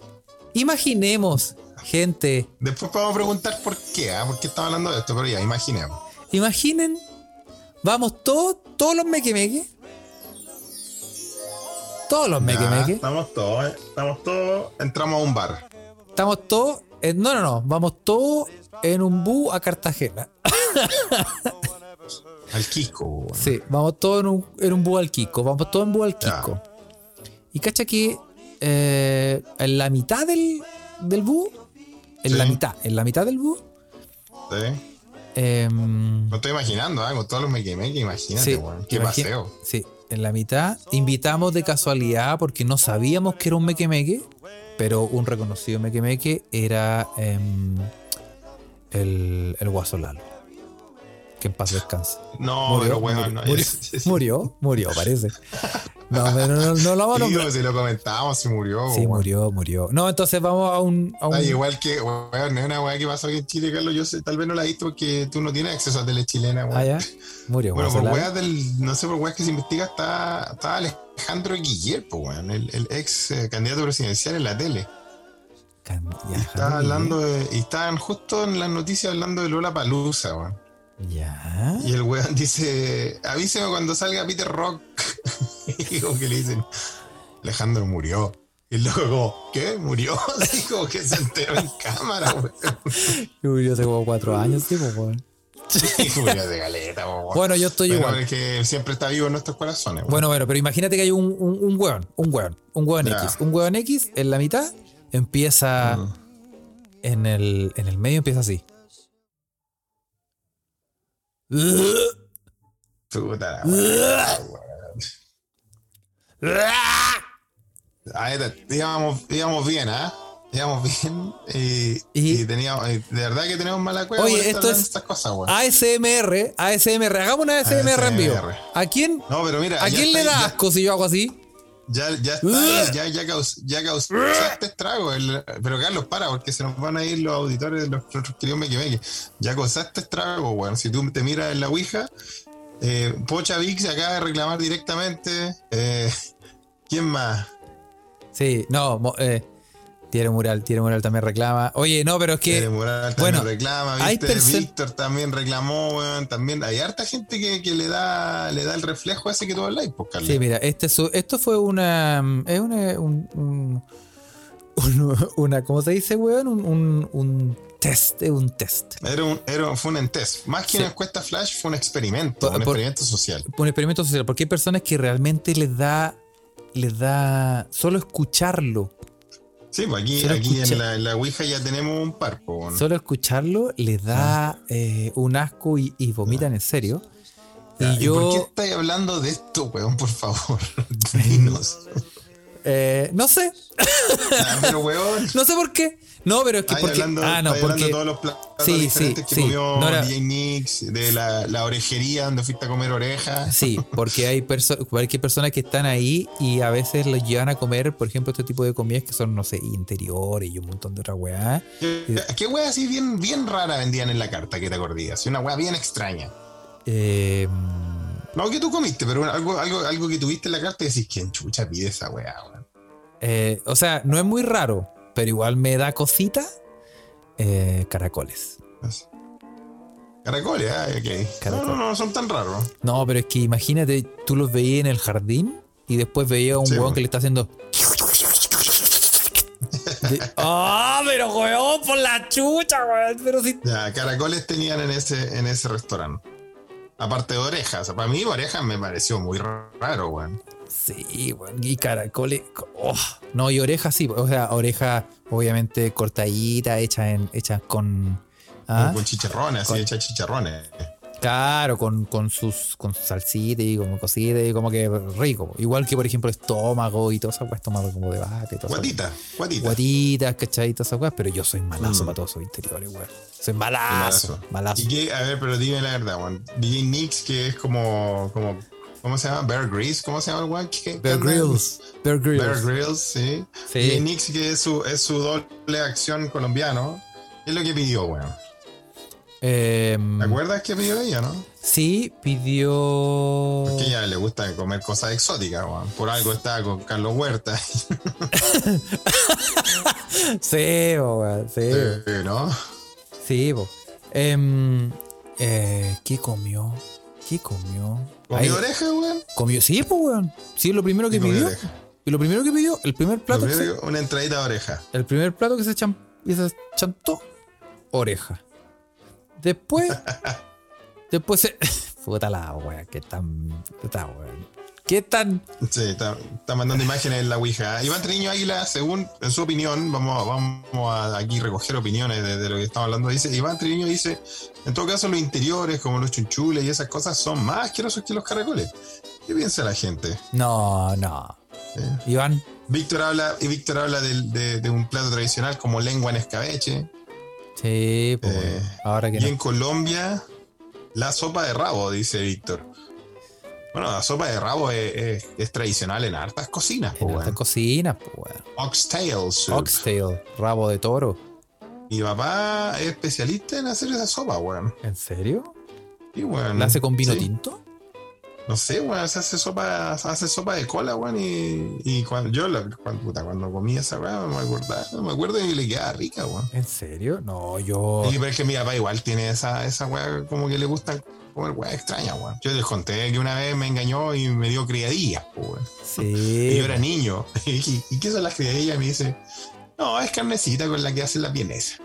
[SPEAKER 1] Imaginemos, gente,
[SPEAKER 3] Después vamos a preguntar por qué, ah, por qué estaba hablando de esto, pero ya, imaginemos.
[SPEAKER 1] Imaginen, vamos todos, todos los meque Todos los meque
[SPEAKER 3] Ya, Estamos todos, eh, estamos todos. Entramos a un bar.
[SPEAKER 1] Estamos todos, en- no, no, no, vamos todos en un bus a Cartagena.
[SPEAKER 3] Al Quisco, weón.
[SPEAKER 1] Sí, vamos todos en un, en un bus al Kiko, vamos todos en bus al
[SPEAKER 3] Ya.
[SPEAKER 1] Kiko. Y cacha que eh, en la mitad del, del bus, en la
[SPEAKER 3] Sí.
[SPEAKER 1] mitad, en la mitad del bus,
[SPEAKER 3] Sí.
[SPEAKER 1] em,
[SPEAKER 3] No estoy imaginando, ah, con todos los mequimeques, imagínate,
[SPEAKER 1] Sí,
[SPEAKER 3] weón. Qué
[SPEAKER 1] imagi-
[SPEAKER 3] paseo.
[SPEAKER 1] Sí, en la mitad invitamos de casualidad porque no sabíamos que era un mequemeque, pero un reconocido mequemeque era em, el, el Guaso Lalo. Que en paz descanse.
[SPEAKER 3] Oh, No,
[SPEAKER 1] Murió,
[SPEAKER 3] pero weón, no.
[SPEAKER 1] murió, murió, murió, murió, parece. No, pero no, no, no lo vamos a
[SPEAKER 3] Sí,
[SPEAKER 1] nombrar.
[SPEAKER 3] pues, si lo comentábamos, si murió.
[SPEAKER 1] Sí,
[SPEAKER 3] weón.
[SPEAKER 1] murió, murió. No, entonces vamos a un. a un-
[SPEAKER 3] Ay, Ah, igual que, weón, es una weá que pasó aquí en Chile, Carlos. Yo sé, tal vez no la he visto porque tú no tienes acceso a tele chilena, weón.
[SPEAKER 1] Ah, ya. Murió.
[SPEAKER 3] Bueno,
[SPEAKER 1] Guaso
[SPEAKER 3] por
[SPEAKER 1] Lalo.
[SPEAKER 3] weas del. No sé por weas que se investiga, está, está Alejandro Guillermo, weón, el, el ex eh, candidato presidencial en la tele.
[SPEAKER 1] Can- ya,
[SPEAKER 3] Está
[SPEAKER 1] Javier.
[SPEAKER 3] hablando de. Y estaban justo en las noticias hablando de Lola Palusa, weón.
[SPEAKER 1] Ya.
[SPEAKER 3] Y el weón dice: Avíseme cuando salga Peter Rock. y como que le dicen: Alejandro murió. Y el loco, como, ¿qué? ¿Murió? Así como que se enteró en cámara, weón.
[SPEAKER 1] Y Murió hace como cuatro años, sí, pues, weón.
[SPEAKER 3] Y murió de galeta, weón.
[SPEAKER 1] Bueno, yo estoy
[SPEAKER 3] Pero
[SPEAKER 1] igual.
[SPEAKER 3] es que siempre está vivo en nuestros corazones, weón.
[SPEAKER 1] Bueno, bueno, pero imagínate que hay un, un, un hueón, un hueón, un hueón
[SPEAKER 3] Ya. Ah.
[SPEAKER 1] X. Un hueón X en la mitad empieza en, el, en el medio, empieza así.
[SPEAKER 3] Puta la weá, weón. A ver, íbamos, íbamos bien, ¿ah? Íbamos bien y,
[SPEAKER 1] Y-
[SPEAKER 3] y teníamos, eh, de verdad que tenemos mala cueva
[SPEAKER 1] Oye,
[SPEAKER 3] por estar
[SPEAKER 1] esto es- Ah,
[SPEAKER 3] hablando estas cosas, weón.
[SPEAKER 1] ASMR, ASMR, hagamos una ASMR, en vivo.
[SPEAKER 3] ASMR.
[SPEAKER 1] ¿A quién,
[SPEAKER 3] No, pero mira,
[SPEAKER 1] ¿a
[SPEAKER 3] ya
[SPEAKER 1] quién le
[SPEAKER 3] está-
[SPEAKER 1] da asco si yo hago así?
[SPEAKER 3] Ya, ya,
[SPEAKER 1] Ah.
[SPEAKER 3] está, ya, ya, caus- ya causaste estrago. el- pero Carlos, para, porque se nos van a ir los auditores, los nuestros queridos mequimeque. Ya causaste estrago, weón. Si tú te miras en la Ouija, eh, Pocha Vic se acaba de reclamar directamente. Eh, ¿Quién más?
[SPEAKER 1] Sí, no, mo- eh, Tiene Mural, Tiene Mural también reclama. Oye, no, pero es que...
[SPEAKER 3] Eh, Moral también
[SPEAKER 1] bueno,
[SPEAKER 3] reclama,
[SPEAKER 1] hay
[SPEAKER 3] ¿viste?
[SPEAKER 1] perso-
[SPEAKER 3] Víctor también reclamó, weón. También hay harta gente que, que le da le da el reflejo ese que tú hablas, pues, Carlos.
[SPEAKER 1] Sí, mira, este su- esto fue una. mm, Es una. un- un- un- una ¿Cómo se dice, weón? Un, un, un test. Es un test.
[SPEAKER 3] Era un, era, fue un entest. Más que
[SPEAKER 1] Sí.
[SPEAKER 3] una encuesta flash, fue un experimento,
[SPEAKER 1] Por-
[SPEAKER 3] un
[SPEAKER 1] por-
[SPEAKER 3] experimento social.
[SPEAKER 1] Un experimento social. Porque hay personas que realmente les da. Les da. Solo escucharlo.
[SPEAKER 3] Sí, pues aquí,
[SPEAKER 1] Solo
[SPEAKER 3] aquí
[SPEAKER 1] escuché.
[SPEAKER 3] en la, en la Ouija ya tenemos un par, po, weón.
[SPEAKER 1] Solo escucharlo les
[SPEAKER 3] Ah.
[SPEAKER 1] da eh, un asco y, y vomitan en serio.
[SPEAKER 3] Ya,
[SPEAKER 1] Y yo.
[SPEAKER 3] ¿Por qué estáis hablando de esto, weón? Por favor, dinos.
[SPEAKER 1] eh, no sé.
[SPEAKER 3] Ah, pero, weón,
[SPEAKER 1] No sé por qué. No, pero es que.
[SPEAKER 3] estáis
[SPEAKER 1] Porque,
[SPEAKER 3] hablando,
[SPEAKER 1] ah, no,
[SPEAKER 3] estáis hablando
[SPEAKER 1] porque.
[SPEAKER 3] de todos los platos
[SPEAKER 1] Sí, sí,
[SPEAKER 3] diferentes que
[SPEAKER 1] sí.
[SPEAKER 3] comió
[SPEAKER 1] No era-
[SPEAKER 3] DJ Nix, de la, la orejería donde fuiste a comer orejas.
[SPEAKER 1] Sí, porque hay, perso- porque hay personas que están ahí y a veces los llevan a comer, por ejemplo, este tipo de comidas que son, no sé, interiores y un montón de otras weá.
[SPEAKER 3] ¿Qué, qué wea así bien, bien rara vendían en la carta que te acordías? Una wea bien extraña.
[SPEAKER 1] Eh,
[SPEAKER 3] No que tú comiste, pero una- algo, algo, algo que tuviste en la carta y decís, ¿quién chucha pide esa wea, weón?
[SPEAKER 1] eh, o sea, no es muy raro, pero igual me da cosita. eh, caracoles.
[SPEAKER 3] Caracoles, ah, ok.
[SPEAKER 1] Caracol.
[SPEAKER 3] No, no, no, son tan raros.
[SPEAKER 1] No, pero es que imagínate, tú los veías en el jardín y después veías a un
[SPEAKER 3] Sí,
[SPEAKER 1] huevón
[SPEAKER 3] bueno.
[SPEAKER 1] que le está haciendo. De- ¡Ah, pero huevón, por la chucha, weón! Pero si
[SPEAKER 3] Ya, caracoles tenían en ese, en ese restaurante. Aparte de orejas. Para mí, orejas me pareció muy raro, weón.
[SPEAKER 1] Sí, weón, y caracoles. oh. No, y orejas sí, o sea, orejas obviamente cortaditas, hechas en, hechas con. ¿ah?
[SPEAKER 3] Con chicharrones,
[SPEAKER 1] Con-
[SPEAKER 3] así hechas chicharrones.
[SPEAKER 1] Claro, con, con sus con su salsita y como cositas y como que rico. Igual que por ejemplo estómago y todo eso, estómago como de vaca y todo
[SPEAKER 3] Guatita, guatita.
[SPEAKER 1] Guatitas, ¿cachai? Y todas esas weas, pero yo soy malazo
[SPEAKER 3] Mm.
[SPEAKER 1] para todos esos interiores, weón. Soy malazo,
[SPEAKER 3] Malazo.
[SPEAKER 1] malazo.
[SPEAKER 3] Y que, a ver, pero dime la verdad, weón. DJ Nix, que es como, como, ¿cómo se llama? Bear Grylls, ¿cómo se llama el weón? que- que
[SPEAKER 1] Bear
[SPEAKER 3] anda en-
[SPEAKER 1] Grylls, Bear Grylls.
[SPEAKER 3] Bear Grylls, sí.
[SPEAKER 1] Sí.
[SPEAKER 3] DJ Nix, que es su, es su doble acción colombiano. Es lo que pidió, weón.
[SPEAKER 1] Em,
[SPEAKER 3] ¿Te acuerdas que pidió ella, no?
[SPEAKER 1] sí, pidió.
[SPEAKER 3] Que ella le gusta comer cosas exóticas, weón. Por algo está con Carlos Huerta. Sí,
[SPEAKER 1] Sí, po, weón, sí.
[SPEAKER 3] ¿no?
[SPEAKER 1] Sí, po. Em, eh, ¿Qué comió? ¿Qué comió? Ahí-
[SPEAKER 3] ¿Comió oreja, weón?
[SPEAKER 1] comió- sí, pues, weón. Sí, lo primero que
[SPEAKER 3] Sí, comió
[SPEAKER 1] pidió.
[SPEAKER 3] oreja.
[SPEAKER 1] Y lo primero que pidió, el primer plato, que
[SPEAKER 3] Lo
[SPEAKER 1] se-
[SPEAKER 3] primero que- Una entradita de oreja.
[SPEAKER 1] el primer plato que se, cham- que se chantó, oreja. Después, después se. Puta la wea, qué tan. Qué tan, weón. Qué tan.
[SPEAKER 3] Sí, está, está mandando imágenes en la Ouija. Iván Triño Águila, según en su opinión, vamos, vamos a aquí recoger opiniones de, de lo que estamos hablando. Dice, Iván Triño dice, en todo caso los interiores, como los chunchules y esas cosas, son más asquerosos que los caracoles. ¿Qué piensa la gente?
[SPEAKER 1] No, no.
[SPEAKER 3] Eh.
[SPEAKER 1] Iván,
[SPEAKER 3] Víctor habla, y Víctor habla del- de, de un plato tradicional como lengua en escabeche.
[SPEAKER 1] sí, pues.
[SPEAKER 3] Eh,
[SPEAKER 1] weón. Ahora que
[SPEAKER 3] Y
[SPEAKER 1] no.
[SPEAKER 3] en Colombia, la sopa de rabo, dice Víctor. Bueno, la sopa de rabo es, es- es tradicional en hartas cocinas. po,
[SPEAKER 1] En
[SPEAKER 3] weón.
[SPEAKER 1] estas cocinas, pues, weón.
[SPEAKER 3] Oxtail soup.
[SPEAKER 1] Oxtail, rabo de toro.
[SPEAKER 3] Mi papá es especialista en hacer esa sopa, weón.
[SPEAKER 1] ¿En serio?
[SPEAKER 3] Y weón.
[SPEAKER 1] ¿La hace con vino
[SPEAKER 3] sí.
[SPEAKER 1] tinto?
[SPEAKER 3] No sé, weón. Se hace sopa, se hace sopa de cola, weón. Y, y cuando yo la, cuando, puta, cuando comí esa weón, me acordaba, me acuerdo y le quedaba rica, weón.
[SPEAKER 1] ¿En serio? No, yo.
[SPEAKER 3] Y pero es que mi papá igual tiene esa, esa weá como que le gusta comer weá extraña, weón. Yo les conté que una vez me engañó y me dio criadillas, po, weón.
[SPEAKER 1] Sí.
[SPEAKER 3] Y yo era niño. Y dije, ¿y qué son las criadillas? Me dice, no, es carnecita con la que hacen las vienesas.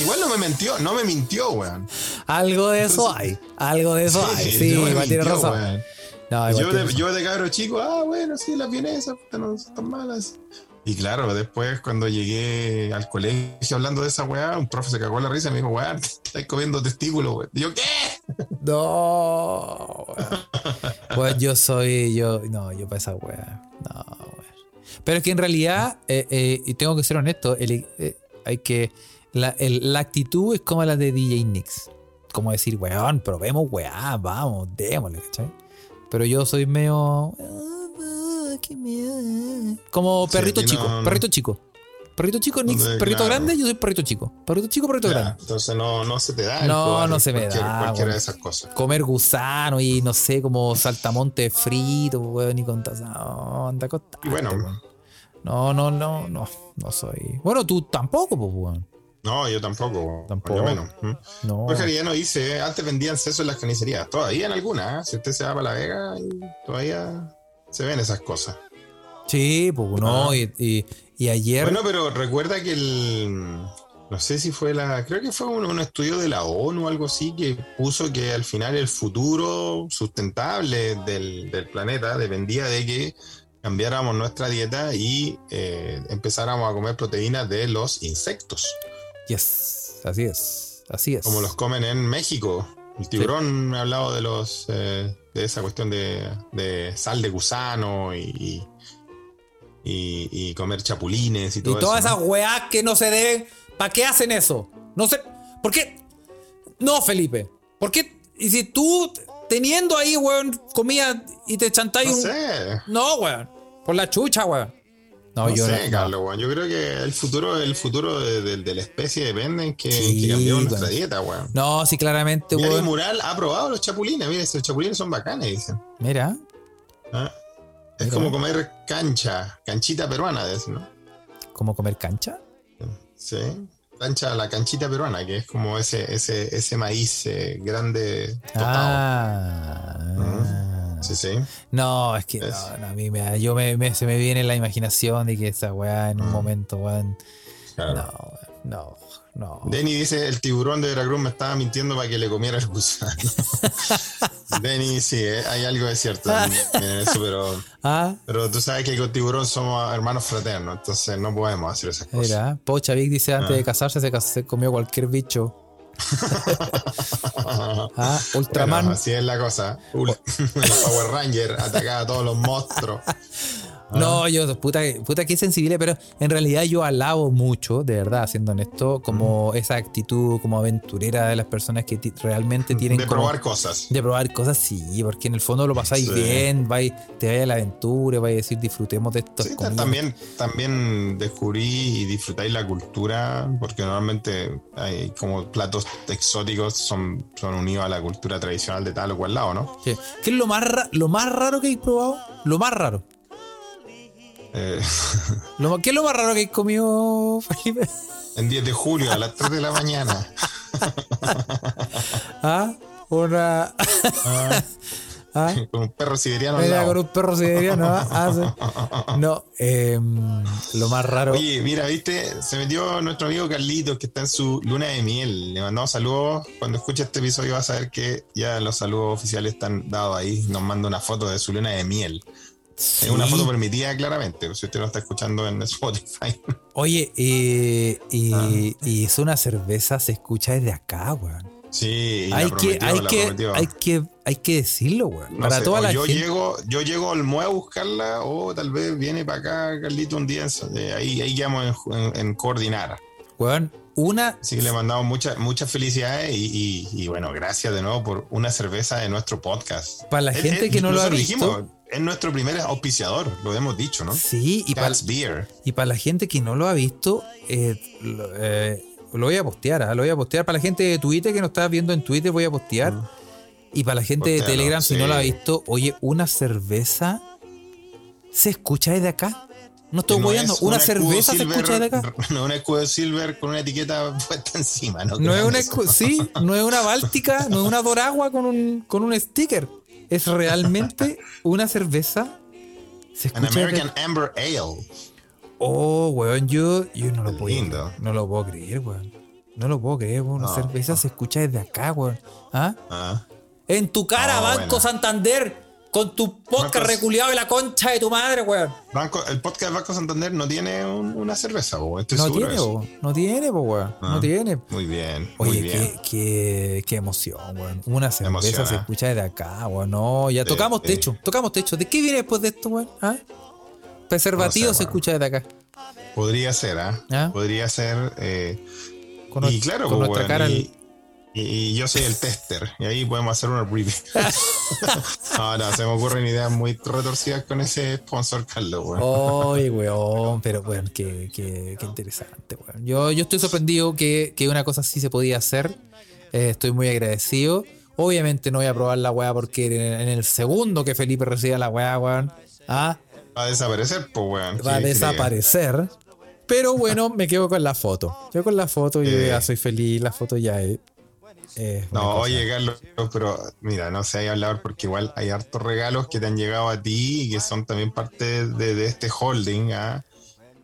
[SPEAKER 3] Igual no me mintió, no me mintió, weón.
[SPEAKER 1] Algo de eso hay.
[SPEAKER 3] Entonces-
[SPEAKER 1] Algo de eso hay. Sí,
[SPEAKER 3] no me
[SPEAKER 1] igual tiene
[SPEAKER 3] mintió,
[SPEAKER 1] razón.
[SPEAKER 3] weón.
[SPEAKER 1] No, igual
[SPEAKER 3] yo,
[SPEAKER 1] tiene
[SPEAKER 3] de,
[SPEAKER 1] razón.
[SPEAKER 3] yo de cabro chico, ah, bueno, sí, las vienesas, puta, no son tan malas. Y claro, después cuando llegué al colegio hablando de esa weá, un profe se cagó la risa y me dijo, weón, te estás comiendo testículos, weón. Y yo, ¿qué?
[SPEAKER 1] No. Pues yo soy. Yo, no, yo para esa wea. No, wea. Pero es que en realidad, eh, eh, y tengo que ser honesto, el- eh, hay que. La, el- la actitud es como la de DJ Nix. Como decir, weón, probemos weá, vamos, démosle, ¿cachai? Pero yo soy medio. "Ah, qué miedo". Como
[SPEAKER 3] Sí,
[SPEAKER 1] perrito
[SPEAKER 3] no,
[SPEAKER 1] chico,
[SPEAKER 3] no.
[SPEAKER 1] perrito chico. Perrito chico, Nix,
[SPEAKER 3] Sí,
[SPEAKER 1] perrito
[SPEAKER 3] claro.
[SPEAKER 1] grande, yo soy perrito chico. Perrito chico, perrito
[SPEAKER 3] Ya,
[SPEAKER 1] grande.
[SPEAKER 3] entonces no, no se te da. el
[SPEAKER 1] No,
[SPEAKER 3] jugar
[SPEAKER 1] no se me
[SPEAKER 3] cualquier-
[SPEAKER 1] da,
[SPEAKER 3] Cualquiera de
[SPEAKER 1] weón.
[SPEAKER 3] esas cosas.
[SPEAKER 1] comer gusano y no sé, como saltamonte frito, weón, y con taza. No, anda con
[SPEAKER 3] Y bueno.
[SPEAKER 1] tanto, weón. No, no, no, no, no soy. Bueno, tú tampoco, pues, weón.
[SPEAKER 3] No, yo tampoco. weón.
[SPEAKER 1] Tampoco.
[SPEAKER 3] Yo menos. ¿Mm?
[SPEAKER 1] No.
[SPEAKER 3] Jorge Arellano dice, "Eh, antes vendían sesos en las carnicerías. Todavía en algunas, ¿eh? si usted se va para La Vega, todavía se ven esas cosas.
[SPEAKER 1] Sí, pues, no, y, y, y ayer.
[SPEAKER 3] Bueno, pero recuerda que el. No sé si fue la. Creo que fue un, un estudio de la ONU o algo así que puso que al final el futuro sustentable del, del planeta dependía de que cambiáramos nuestra dieta y eh, empezáramos a comer proteínas de los insectos,
[SPEAKER 1] yes, así es, así es.
[SPEAKER 3] como los comen en México. El tiburón me ha hablado de los eh, de esa cuestión de, de sal de gusano y, y, y- y comer chapulines y todo
[SPEAKER 1] y todas
[SPEAKER 3] eso, ¿no?
[SPEAKER 1] esas weás que no se deben. ¿Para qué hacen eso? No sé. ¿Por qué? No, Felipe. ¿Por qué? Y si tú teniendo ahí, weón, comida y te chantáis
[SPEAKER 3] No
[SPEAKER 1] un.
[SPEAKER 3] sé.
[SPEAKER 1] No, weón. Por la chucha, weón. No,
[SPEAKER 3] No
[SPEAKER 1] yo
[SPEAKER 3] sé,
[SPEAKER 1] no-
[SPEAKER 3] Carlos, weón. Yo creo que el futuro, el futuro de, de- de la especie depende en que,
[SPEAKER 1] Sí,
[SPEAKER 3] que cambiemos nuestra
[SPEAKER 1] weón.
[SPEAKER 3] dieta, weón.
[SPEAKER 1] No, sí, claramente,
[SPEAKER 3] Mira, el
[SPEAKER 1] weón.
[SPEAKER 3] mural ha probado los chapulines. Mira, esos chapulines son bacanes, dicen.
[SPEAKER 1] Mira,
[SPEAKER 3] ¿Ah? Es
[SPEAKER 1] Mira.
[SPEAKER 3] como comer cancha, canchita peruana, dicen, ¿no?
[SPEAKER 1] ¿cómo comer cancha?
[SPEAKER 3] Sí. Cancha, la canchita peruana, que es como ese, ese, ese maíz eh, grande tostado.
[SPEAKER 1] Ah.
[SPEAKER 3] Sí, sí.
[SPEAKER 1] No, es que no,
[SPEAKER 3] Es.
[SPEAKER 1] no, a mí me, da- yo me, me- se me viene la imaginación de que esa weá en un
[SPEAKER 3] Mm.
[SPEAKER 1] momento, weón. No,
[SPEAKER 3] Claro.
[SPEAKER 1] weón, no, no.
[SPEAKER 3] Denny dice, el tiburón de Veracruz me estaba mintiendo para que le comiera el gusano. Denny, sí, eh, hay algo de cierto en en eso, pero...
[SPEAKER 1] Ah,
[SPEAKER 3] Pero tú sabes que con tiburón somos hermanos fraternos, entonces no podemos hacer esas cosas.
[SPEAKER 1] mira, Pocha Vic dice antes
[SPEAKER 3] Ah.
[SPEAKER 1] de casarse se, cas- se comió cualquier bicho. Ah, Ultraman.
[SPEAKER 3] Bueno, así es la cosa. Ul- Los Power Rangers atacaba a todos los monstruos.
[SPEAKER 1] No, yo, puta, puta que sensible, pero en realidad yo alabo mucho, de verdad, siendo honesto, como esa actitud como aventurera de las personas que ti- realmente tienen
[SPEAKER 3] De
[SPEAKER 1] como-
[SPEAKER 3] probar cosas.
[SPEAKER 1] de probar cosas, sí, porque en el fondo lo pasáis
[SPEAKER 3] Sí.
[SPEAKER 1] bien, vais, te vais a la aventura, vais a decir disfrutemos de esto.
[SPEAKER 3] Sí, ta- también, también descubrí y disfrutáis la cultura, porque normalmente hay como platos exóticos son, son unidos a la cultura tradicional de tal o cual lado, ¿no?
[SPEAKER 1] ¿Qué es lo más, ra- lo más raro que habéis probado? Lo más raro.
[SPEAKER 3] Eh,
[SPEAKER 1] Lo ma- ¿Qué es lo más raro que habéis comido, Felipe?
[SPEAKER 3] en 10 de julio a las 3 de la mañana.
[SPEAKER 1] ¿Ah? Una.
[SPEAKER 3] Ah,
[SPEAKER 1] ¿Ah?
[SPEAKER 3] con un perro siberiano. al
[SPEAKER 1] Mira,
[SPEAKER 3] lado.
[SPEAKER 1] con un perro siberiano. ¿ah? Ah, sí. No, em, lo más raro.
[SPEAKER 3] Oye, mira, viste, se metió nuestro amigo Carlitos que está en su luna de miel. Le mandamos saludos. Cuando escuche este episodio vas a ver que ya los saludos oficiales están dados ahí. Nos manda una foto de su luna de miel.
[SPEAKER 1] Sí.
[SPEAKER 3] Es una foto permitida, claramente. pues, Si usted lo está escuchando en Spotify.
[SPEAKER 1] Oye, eh, y,
[SPEAKER 3] Ah.
[SPEAKER 1] y es una cerveza, se escucha desde acá, weón.
[SPEAKER 3] Sí, y la
[SPEAKER 1] Hay que,
[SPEAKER 3] prometió,
[SPEAKER 1] hay,
[SPEAKER 3] la
[SPEAKER 1] que,
[SPEAKER 3] prometió.
[SPEAKER 1] hay, que, hay que decirlo, weón.
[SPEAKER 3] No
[SPEAKER 1] Para
[SPEAKER 3] sé,
[SPEAKER 1] toda
[SPEAKER 3] o
[SPEAKER 1] la
[SPEAKER 3] yo
[SPEAKER 1] gente.
[SPEAKER 3] Llego, yo llego al MUE a buscarla o tal vez viene para acá Carlito un día. en- eh, ahí, ahí quedamos en, en- en coordinar.
[SPEAKER 1] Weón, una.
[SPEAKER 3] Así que le mandamos muchas muchas felicidades y, y- y bueno, gracias de nuevo por una cerveza de nuestro podcast.
[SPEAKER 1] Para la
[SPEAKER 3] Es-
[SPEAKER 1] gente
[SPEAKER 3] es-
[SPEAKER 1] que no lo ha
[SPEAKER 3] nosotros
[SPEAKER 1] visto.
[SPEAKER 3] dijimos, es nuestro primer auspiciador, lo hemos dicho, ¿no?
[SPEAKER 1] Sí, y para
[SPEAKER 3] Cat's Beer.
[SPEAKER 1] Y para la gente que no lo ha visto, eh, lo, eh, lo voy a postear, ah, lo voy a postear. Para la gente de Twitter que nos está viendo en Twitter, voy a postear. Y para la gente de
[SPEAKER 3] Postéalo,
[SPEAKER 1] Telegram, si
[SPEAKER 3] Ah. sí.
[SPEAKER 1] no lo ha visto, oye, una cerveza se escucha desde acá. No estoy
[SPEAKER 3] No
[SPEAKER 1] guayando,
[SPEAKER 3] es
[SPEAKER 1] una
[SPEAKER 3] un escudo
[SPEAKER 1] cerveza se
[SPEAKER 3] silver-
[SPEAKER 1] escucha desde acá.
[SPEAKER 3] No es un escudo silver con una etiqueta puesta encima, ¿no?
[SPEAKER 1] No es
[SPEAKER 3] crean
[SPEAKER 1] una
[SPEAKER 3] eso.
[SPEAKER 1] escu- sí, no es una báltica, no es una doragua con un, con un sticker. Es realmente una cerveza. Se
[SPEAKER 3] An
[SPEAKER 1] escucha desde
[SPEAKER 3] American Amber Ale.
[SPEAKER 1] Oh, weón, yo, yo no lo
[SPEAKER 3] Qué
[SPEAKER 1] puedo
[SPEAKER 3] lindo.
[SPEAKER 1] No lo puedo creer, weón. No lo puedo creer, weón. Una
[SPEAKER 3] No.
[SPEAKER 1] cerveza se escucha desde acá, weón. ¿Ah?
[SPEAKER 3] Ah.
[SPEAKER 1] En tu cara,
[SPEAKER 3] No,
[SPEAKER 1] Banco
[SPEAKER 3] bueno.
[SPEAKER 1] Santander, con tu podcast
[SPEAKER 3] Marcos.
[SPEAKER 1] reculeado de la concha de tu madre, weón.
[SPEAKER 3] Banco, el podcast Banco Santander no tiene un- una cerveza, bo, estoy
[SPEAKER 1] No
[SPEAKER 3] seguro de
[SPEAKER 1] tiene,
[SPEAKER 3] eso.
[SPEAKER 1] weón. No tiene, po, weón. No
[SPEAKER 3] Ah.
[SPEAKER 1] tiene.
[SPEAKER 3] Muy bien, muy
[SPEAKER 1] Oye,
[SPEAKER 3] bien.
[SPEAKER 1] qué, qué, qué emoción, weón. Una cerveza
[SPEAKER 3] Emociona.
[SPEAKER 1] se escucha desde acá, weón. No, ya
[SPEAKER 3] Sí,
[SPEAKER 1] tocamos
[SPEAKER 3] sí.
[SPEAKER 1] techo, tocamos techo. ¿De qué viene después de esto, weón? ¿Ah? Preservativo
[SPEAKER 3] No sé,
[SPEAKER 1] se
[SPEAKER 3] weón.
[SPEAKER 1] escucha desde acá.
[SPEAKER 3] Podría ser, ¿ah?
[SPEAKER 1] Ah.
[SPEAKER 3] Podría ser. eh,
[SPEAKER 1] Con,
[SPEAKER 3] y
[SPEAKER 1] nues-
[SPEAKER 3] claro,
[SPEAKER 1] con
[SPEAKER 3] bo,
[SPEAKER 1] nuestra
[SPEAKER 3] bueno,
[SPEAKER 1] cara.
[SPEAKER 3] y, y- y yo soy el tester, y ahí podemos hacer una review. Ahora se me ocurren ideas muy retorcidas con ese sponsor, Carlos. bueno.
[SPEAKER 1] Oh. Oye, weón, pero weón, qué, qué- qué interesante, weón. Yo, yo estoy sorprendido que, que una cosa así se podía hacer. Eh, estoy muy agradecido. Obviamente no voy a probar la weá porque en, en el segundo que Felipe reciba la weá, weón, ah,
[SPEAKER 3] Va a desaparecer, pues, weón.
[SPEAKER 1] va a
[SPEAKER 3] ¿Qué- qué
[SPEAKER 1] desaparecer. Pero bueno, me quedo con la foto. Yo con la foto, yo
[SPEAKER 3] Eh.
[SPEAKER 1] ya soy feliz, la foto ya es. es una
[SPEAKER 3] No,
[SPEAKER 1] cosa.
[SPEAKER 3] oye, Carlos, pero mira, no sé hay hablar porque igual hay hartos regalos que te han llegado a ti y que son también parte de, de este holding. ¿ah?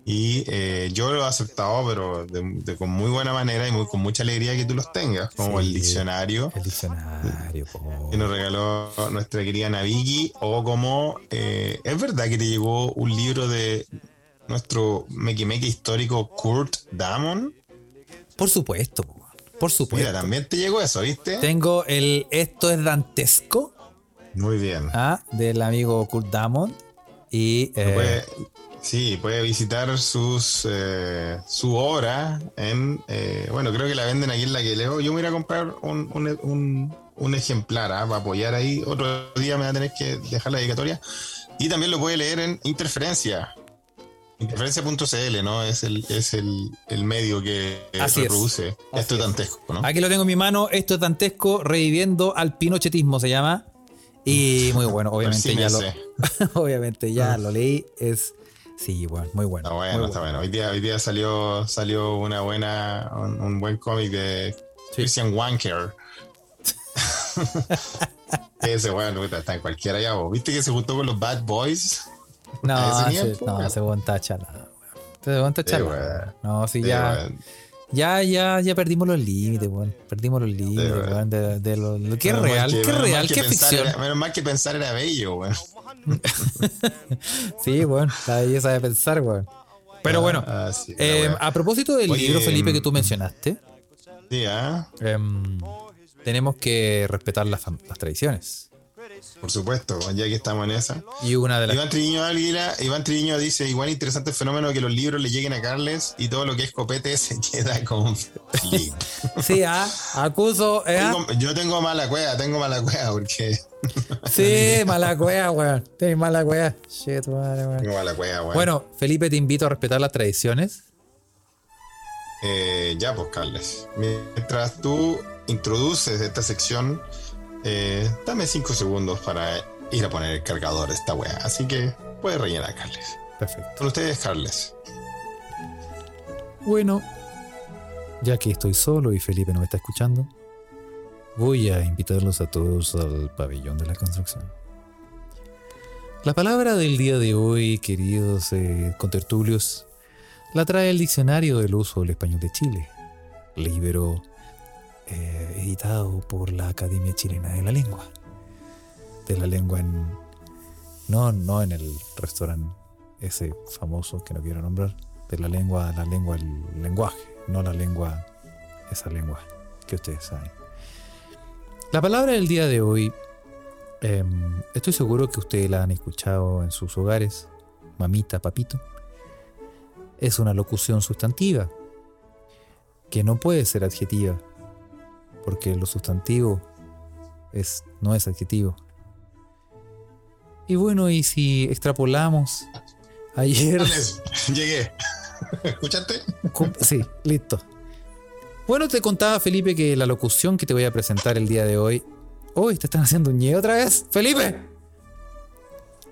[SPEAKER 3] Y eh, yo lo he aceptado, pero de, de- con muy buena manera y muy, con mucha alegría que tú los tengas, como
[SPEAKER 1] Sí.
[SPEAKER 3] el diccionario
[SPEAKER 1] El diccionario, po.
[SPEAKER 3] que nos regaló nuestra querida Naviki, o como eh, es verdad que te llegó un libro de nuestro mequimeque histórico Kurt Damon.
[SPEAKER 1] Por supuesto, po, por
[SPEAKER 3] Mira,
[SPEAKER 1] supuesto.
[SPEAKER 3] también te llegó eso, ¿viste?
[SPEAKER 1] Tengo el Esto es Dantesco.
[SPEAKER 3] Muy bien.
[SPEAKER 1] Ah, del amigo Kurt Damon. Y
[SPEAKER 3] Ah,
[SPEAKER 1] eh,
[SPEAKER 3] Puede- sí, puede visitar sus eh, su obra en. eh, bueno, creo que la venden aquí en la que leo. Yo me voy a ir a comprar un, un- un- un ejemplar ¿ah? para apoyar ahí. Otro día me va a tener que dejar la dedicatoria. Y también lo puede leer en Interferencia. Interferencia.cl, ¿no? Es el, es el, el medio que eh,
[SPEAKER 1] Así es. Ah,
[SPEAKER 3] reproduce esto dantesco, ¿no?
[SPEAKER 1] aquí lo tengo en mi mano. Esto es dantesco, reviviendo al pinochetismo, se llama. Y muy bueno, obviamente ya lo,
[SPEAKER 3] Persímese.
[SPEAKER 1] obviamente ya lo leí. Es sí, bueno, muy bueno.
[SPEAKER 3] Está bueno,
[SPEAKER 1] muy
[SPEAKER 3] está bueno. Hoy día, hoy día salió, salió una buena, un, un buen cómic de
[SPEAKER 1] Sí.
[SPEAKER 3] Christian Wanker. Ese weón puta, está en cualquiera ya. vos. ¿Viste que se juntó con los Bad Boys?
[SPEAKER 1] No,
[SPEAKER 3] Ese
[SPEAKER 1] se-
[SPEAKER 3] tiempo,
[SPEAKER 1] no,
[SPEAKER 3] weón.
[SPEAKER 1] se aguanta chalada. weón. Se aguanta chalada.
[SPEAKER 3] weón.
[SPEAKER 1] No, sí,
[SPEAKER 3] Sí,
[SPEAKER 1] ya,
[SPEAKER 3] weón.
[SPEAKER 1] ya, ya, ya perdimos los límites, weón. Perdimos los límites,
[SPEAKER 3] weón.
[SPEAKER 1] weón, de, de lo, lo que es
[SPEAKER 3] Menos mal
[SPEAKER 1] real,
[SPEAKER 3] que-
[SPEAKER 1] que es
[SPEAKER 3] menos mal
[SPEAKER 1] real,
[SPEAKER 3] que
[SPEAKER 1] que es
[SPEAKER 3] pensar
[SPEAKER 1] ficción.
[SPEAKER 3] era- menos mal que pensar era bello, weón. eh.
[SPEAKER 1] Sí, weón, la belleza de pensar, weón. Pero bueno,
[SPEAKER 3] Ah, sí, la
[SPEAKER 1] Eh,
[SPEAKER 3] weá.
[SPEAKER 1] a propósito del
[SPEAKER 3] Oye,
[SPEAKER 1] libro, Felipe, que tú
[SPEAKER 3] mm,
[SPEAKER 1] mencionaste,
[SPEAKER 3] Sí, ah.
[SPEAKER 1] em, tenemos que respetar las, fam- las tradiciones.
[SPEAKER 3] Por supuesto, ya que estamos en esa.
[SPEAKER 1] Y una de las
[SPEAKER 3] Iván Triño Águila, Iván Triño dice, igual interesante el fenómeno que los libros le lleguen a Carles y todo lo que es copete se queda con Flip.
[SPEAKER 1] Sí, ah, acuso, eh, ah.
[SPEAKER 3] Tengo- yo tengo mala cueva, tengo mala cueva porque
[SPEAKER 1] Sí, mala cueva, weón. Sí, mala cueva. Shit, madre, weón.
[SPEAKER 3] tengo mala cueva, weón.
[SPEAKER 1] Bueno, Felipe, te invito a respetar las tradiciones.
[SPEAKER 3] Eh, ya, pues, Carles. Mientras tú introduces esta sección, eh, dame cinco segundos para ir a poner el cargador a esta wea. Así que puedes rellenar, Carles.
[SPEAKER 1] Perfecto.
[SPEAKER 3] Con ustedes, Carles.
[SPEAKER 1] Bueno, ya que estoy solo y Felipe no me está escuchando, voy a invitarlos a todos al pabellón de la construcción. La palabra del día de hoy, queridos eh, contertulios, la trae el diccionario del uso del español de Chile, libro eh, editado por la Academia Chilena de la Lengua. De la lengua en... No, no en el restaurante ese famoso que no quiero nombrar, de la lengua, la lengua, el lenguaje, no la lengua, esa lengua que ustedes saben. La palabra del día de hoy, em, estoy seguro que ustedes la han escuchado en sus hogares, mamita, papito, es una locución sustantiva, que no puede ser adjetiva, porque lo sustantivo es, no es adjetivo. Y bueno, y si extrapolamos, ayer
[SPEAKER 3] Carles, llegué. ¿Escuchaste?
[SPEAKER 1] Com- Sí, listo. Bueno, te contaba Felipe que la locución que te voy a presentar el día de hoy. Uy, te están haciendo un ñe otra vez, Felipe.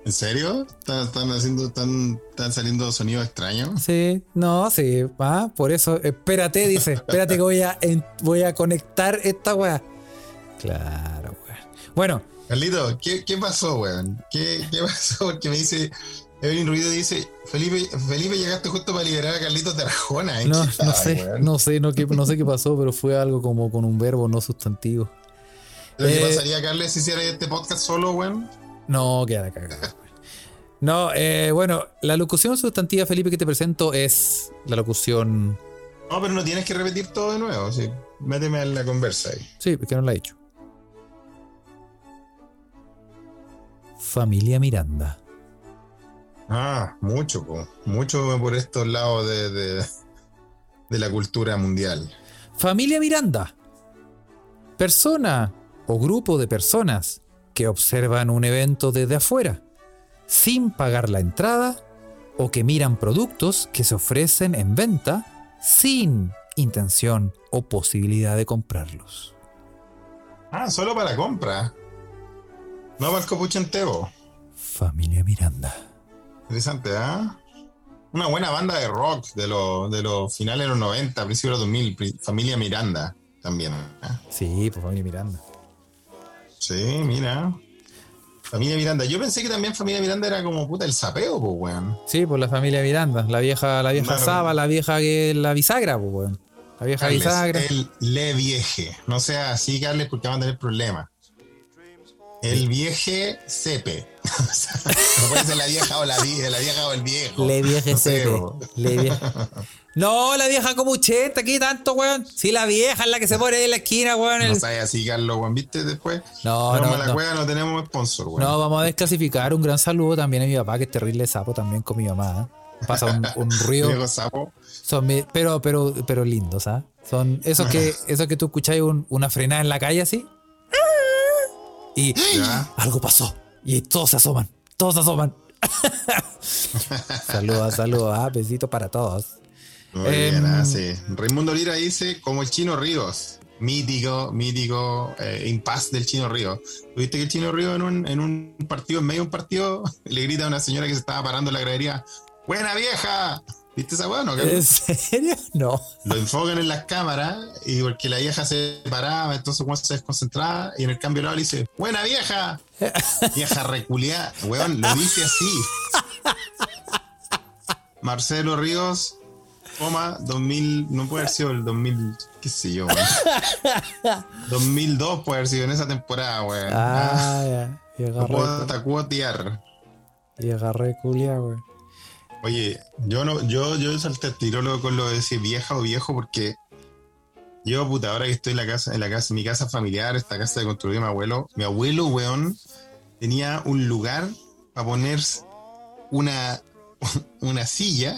[SPEAKER 3] ¿En serio? ¿Están, están haciendo, están, están saliendo sonidos extraños?
[SPEAKER 1] Sí, no, sí, ah, por eso, espérate, dice, espérate que voy a, en- voy a conectar esta weá. Claro, weá. Bueno,
[SPEAKER 3] Carlito, ¿qué, qué pasó, weón? ¿Qué, qué pasó? Porque me dice, Evelyn Ruido dice, Felipe, Felipe llegaste justo para liberar a Carlitos de Arjona. ¿eh?
[SPEAKER 1] no,
[SPEAKER 3] ¿Qué
[SPEAKER 1] no
[SPEAKER 3] tal,
[SPEAKER 1] sé,
[SPEAKER 3] weón?
[SPEAKER 1] no sé, no, qué- no sé qué pasó, pero fue algo como con un verbo no sustantivo.
[SPEAKER 3] Lo que
[SPEAKER 1] Eh,
[SPEAKER 3] pasaría, Carles, si hiciera este podcast solo, weón.
[SPEAKER 1] No, queda la cagada. No, eh, bueno, la locución sustantiva, Felipe, que te presento es la locución
[SPEAKER 3] No, pero no tienes que repetir todo de nuevo. Sí. Méteme a la conversa ahí.
[SPEAKER 1] Sí, porque no la he hecho. Familia Miranda.
[SPEAKER 3] Ah, mucho, po. mucho por estos lados de, de, de la cultura mundial.
[SPEAKER 1] Familia Miranda. Persona o grupo de personas que observan un evento desde afuera, sin pagar la entrada, o que miran productos que se ofrecen en venta sin intención o posibilidad de comprarlos.
[SPEAKER 3] Ah, solo para compra. No para el copuchenteo.
[SPEAKER 1] Familia Miranda.
[SPEAKER 3] Interesante, ¿ah? Una buena banda de rock de los de los finales de los 90, principios de los 2000, pri- familia Miranda también. ¿ah?
[SPEAKER 1] Sí, pues Familia Miranda.
[SPEAKER 3] Sí, mira. Familia Miranda. Yo pensé que también familia Miranda era como puta el sapeo, pues, weón.
[SPEAKER 1] Sí, por la familia Miranda, la vieja, la vieja
[SPEAKER 3] Claro.
[SPEAKER 1] Saba, la vieja que la bisagra, pues, weón. La vieja
[SPEAKER 3] Carles,
[SPEAKER 1] bisagra.
[SPEAKER 3] el le vieje. No sea así, Carles, porque van a tener problemas. El vieje sepe. O sea, no puede ser la vieja o la, vie- la vieja o el viejo.
[SPEAKER 1] Le vieja
[SPEAKER 3] No sé,
[SPEAKER 1] Sebe,
[SPEAKER 3] bo.
[SPEAKER 1] le vieja. No, la vieja como ucheta, ¿qué tanto, weón? Sí, la vieja es la que se pone ahí en la esquina, weón.
[SPEAKER 3] No
[SPEAKER 1] el-
[SPEAKER 3] sea así, Carlos, weón. ¿Viste después?
[SPEAKER 1] No, no,
[SPEAKER 3] Norma la
[SPEAKER 1] no.
[SPEAKER 3] cueva no tenemos sponsor, weón.
[SPEAKER 1] No, vamos a desclasificar. Un gran saludo también a mi papá, que es terrible sapo también con mi mamá. ¿eh? Pasa un, un río.
[SPEAKER 3] Viejo sapo.
[SPEAKER 1] Son mi- pero, pero, pero lindos, ¿ah? Son esos que, esos que tú escucháis un- una frenada en la calle así. Y
[SPEAKER 3] Ya.
[SPEAKER 1] algo pasó. Y todos se asoman. Todos se asoman. saludos, saludos. Ah, besito para todos.
[SPEAKER 3] Muy
[SPEAKER 1] Em,
[SPEAKER 3] bien, ah, sí. Raimundo Lira dice, como el chino Ríos. Mítico, mítico, eh, impas del chino Ríos. ¿Viste que el chino Ríos en un, en un partido, en medio de un partido, le grita a una señora que se estaba parando en la gradería, ¡Buena vieja! ¿Viste esa weá? no?
[SPEAKER 1] ¿En serio? No.
[SPEAKER 3] Lo enfocan en las cámaras y porque la vieja se paraba, entonces Juan se desconcentraba y en el cambio de lado le dice, ¡Buena vieja! Vieja reculeada, weón, lo dice así. Marcelo Ríos, coma, 2000, no puede haber sido el 2000, qué sé yo, weón. 2002 puede haber sido en esa temporada, weón. Ah,
[SPEAKER 1] Ah, ya. Y
[SPEAKER 3] no puedo
[SPEAKER 1] agarré,
[SPEAKER 3] hasta cuotear.
[SPEAKER 1] y agarré culia, güey.
[SPEAKER 3] Oye, yo no, yo, yo salté al tiro luego con lo de decir vieja o viejo porque Yo, puta, ahora que estoy en la casa, en la casa, en mi casa familiar, esta casa que construyó mi abuelo, mi abuelo, weón, tenía un lugar para poner una, una silla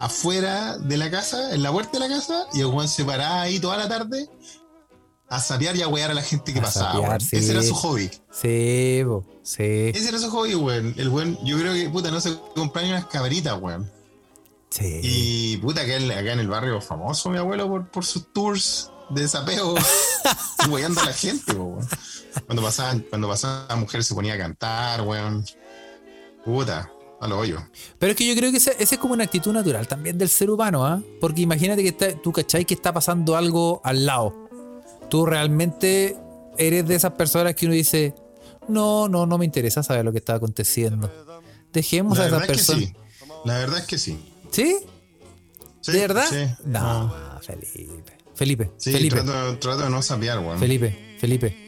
[SPEAKER 3] afuera de la casa, en la puerta de la casa, y el weón se paraba ahí toda la tarde a sapear y a wear a la gente que
[SPEAKER 1] A
[SPEAKER 3] pasaba.
[SPEAKER 1] sapear,
[SPEAKER 3] weón.
[SPEAKER 1] sí.
[SPEAKER 3] Ese era su hobby.
[SPEAKER 1] Sí, po, sí,
[SPEAKER 3] Ese era su hobby, weón. El weón, yo creo que, puta, no se compraban unas cabritas, weón.
[SPEAKER 1] sí.
[SPEAKER 3] Y puta, acá en, acá en el barrio famoso mi abuelo por, por sus tours de sapeo, hueando a la gente, po, weón. Cuando pasaban, cuando pasaban las mujeres se ponía a cantar, weón. Puta, a lo hoyo.
[SPEAKER 1] Pero es que yo creo que esa, esa es como una actitud natural también del ser humano, ¿ah? Porque imagínate que está- tú cachai que está pasando algo al lado. Tú realmente eres de esas personas que uno dice, no, no, no me interesa saber lo que está aconteciendo. Dejemos
[SPEAKER 3] La
[SPEAKER 1] a
[SPEAKER 3] verdad
[SPEAKER 1] esa
[SPEAKER 3] es que
[SPEAKER 1] persona.
[SPEAKER 3] sí. La verdad es que sí.
[SPEAKER 1] ¿Sí?
[SPEAKER 3] Sí,
[SPEAKER 1] ¿De verdad?
[SPEAKER 3] Sí.
[SPEAKER 1] No, Felipe. Felipe,
[SPEAKER 3] Sí,
[SPEAKER 1] Felipe,
[SPEAKER 3] Trato, trato de no sapear, weón.
[SPEAKER 1] Felipe, Felipe.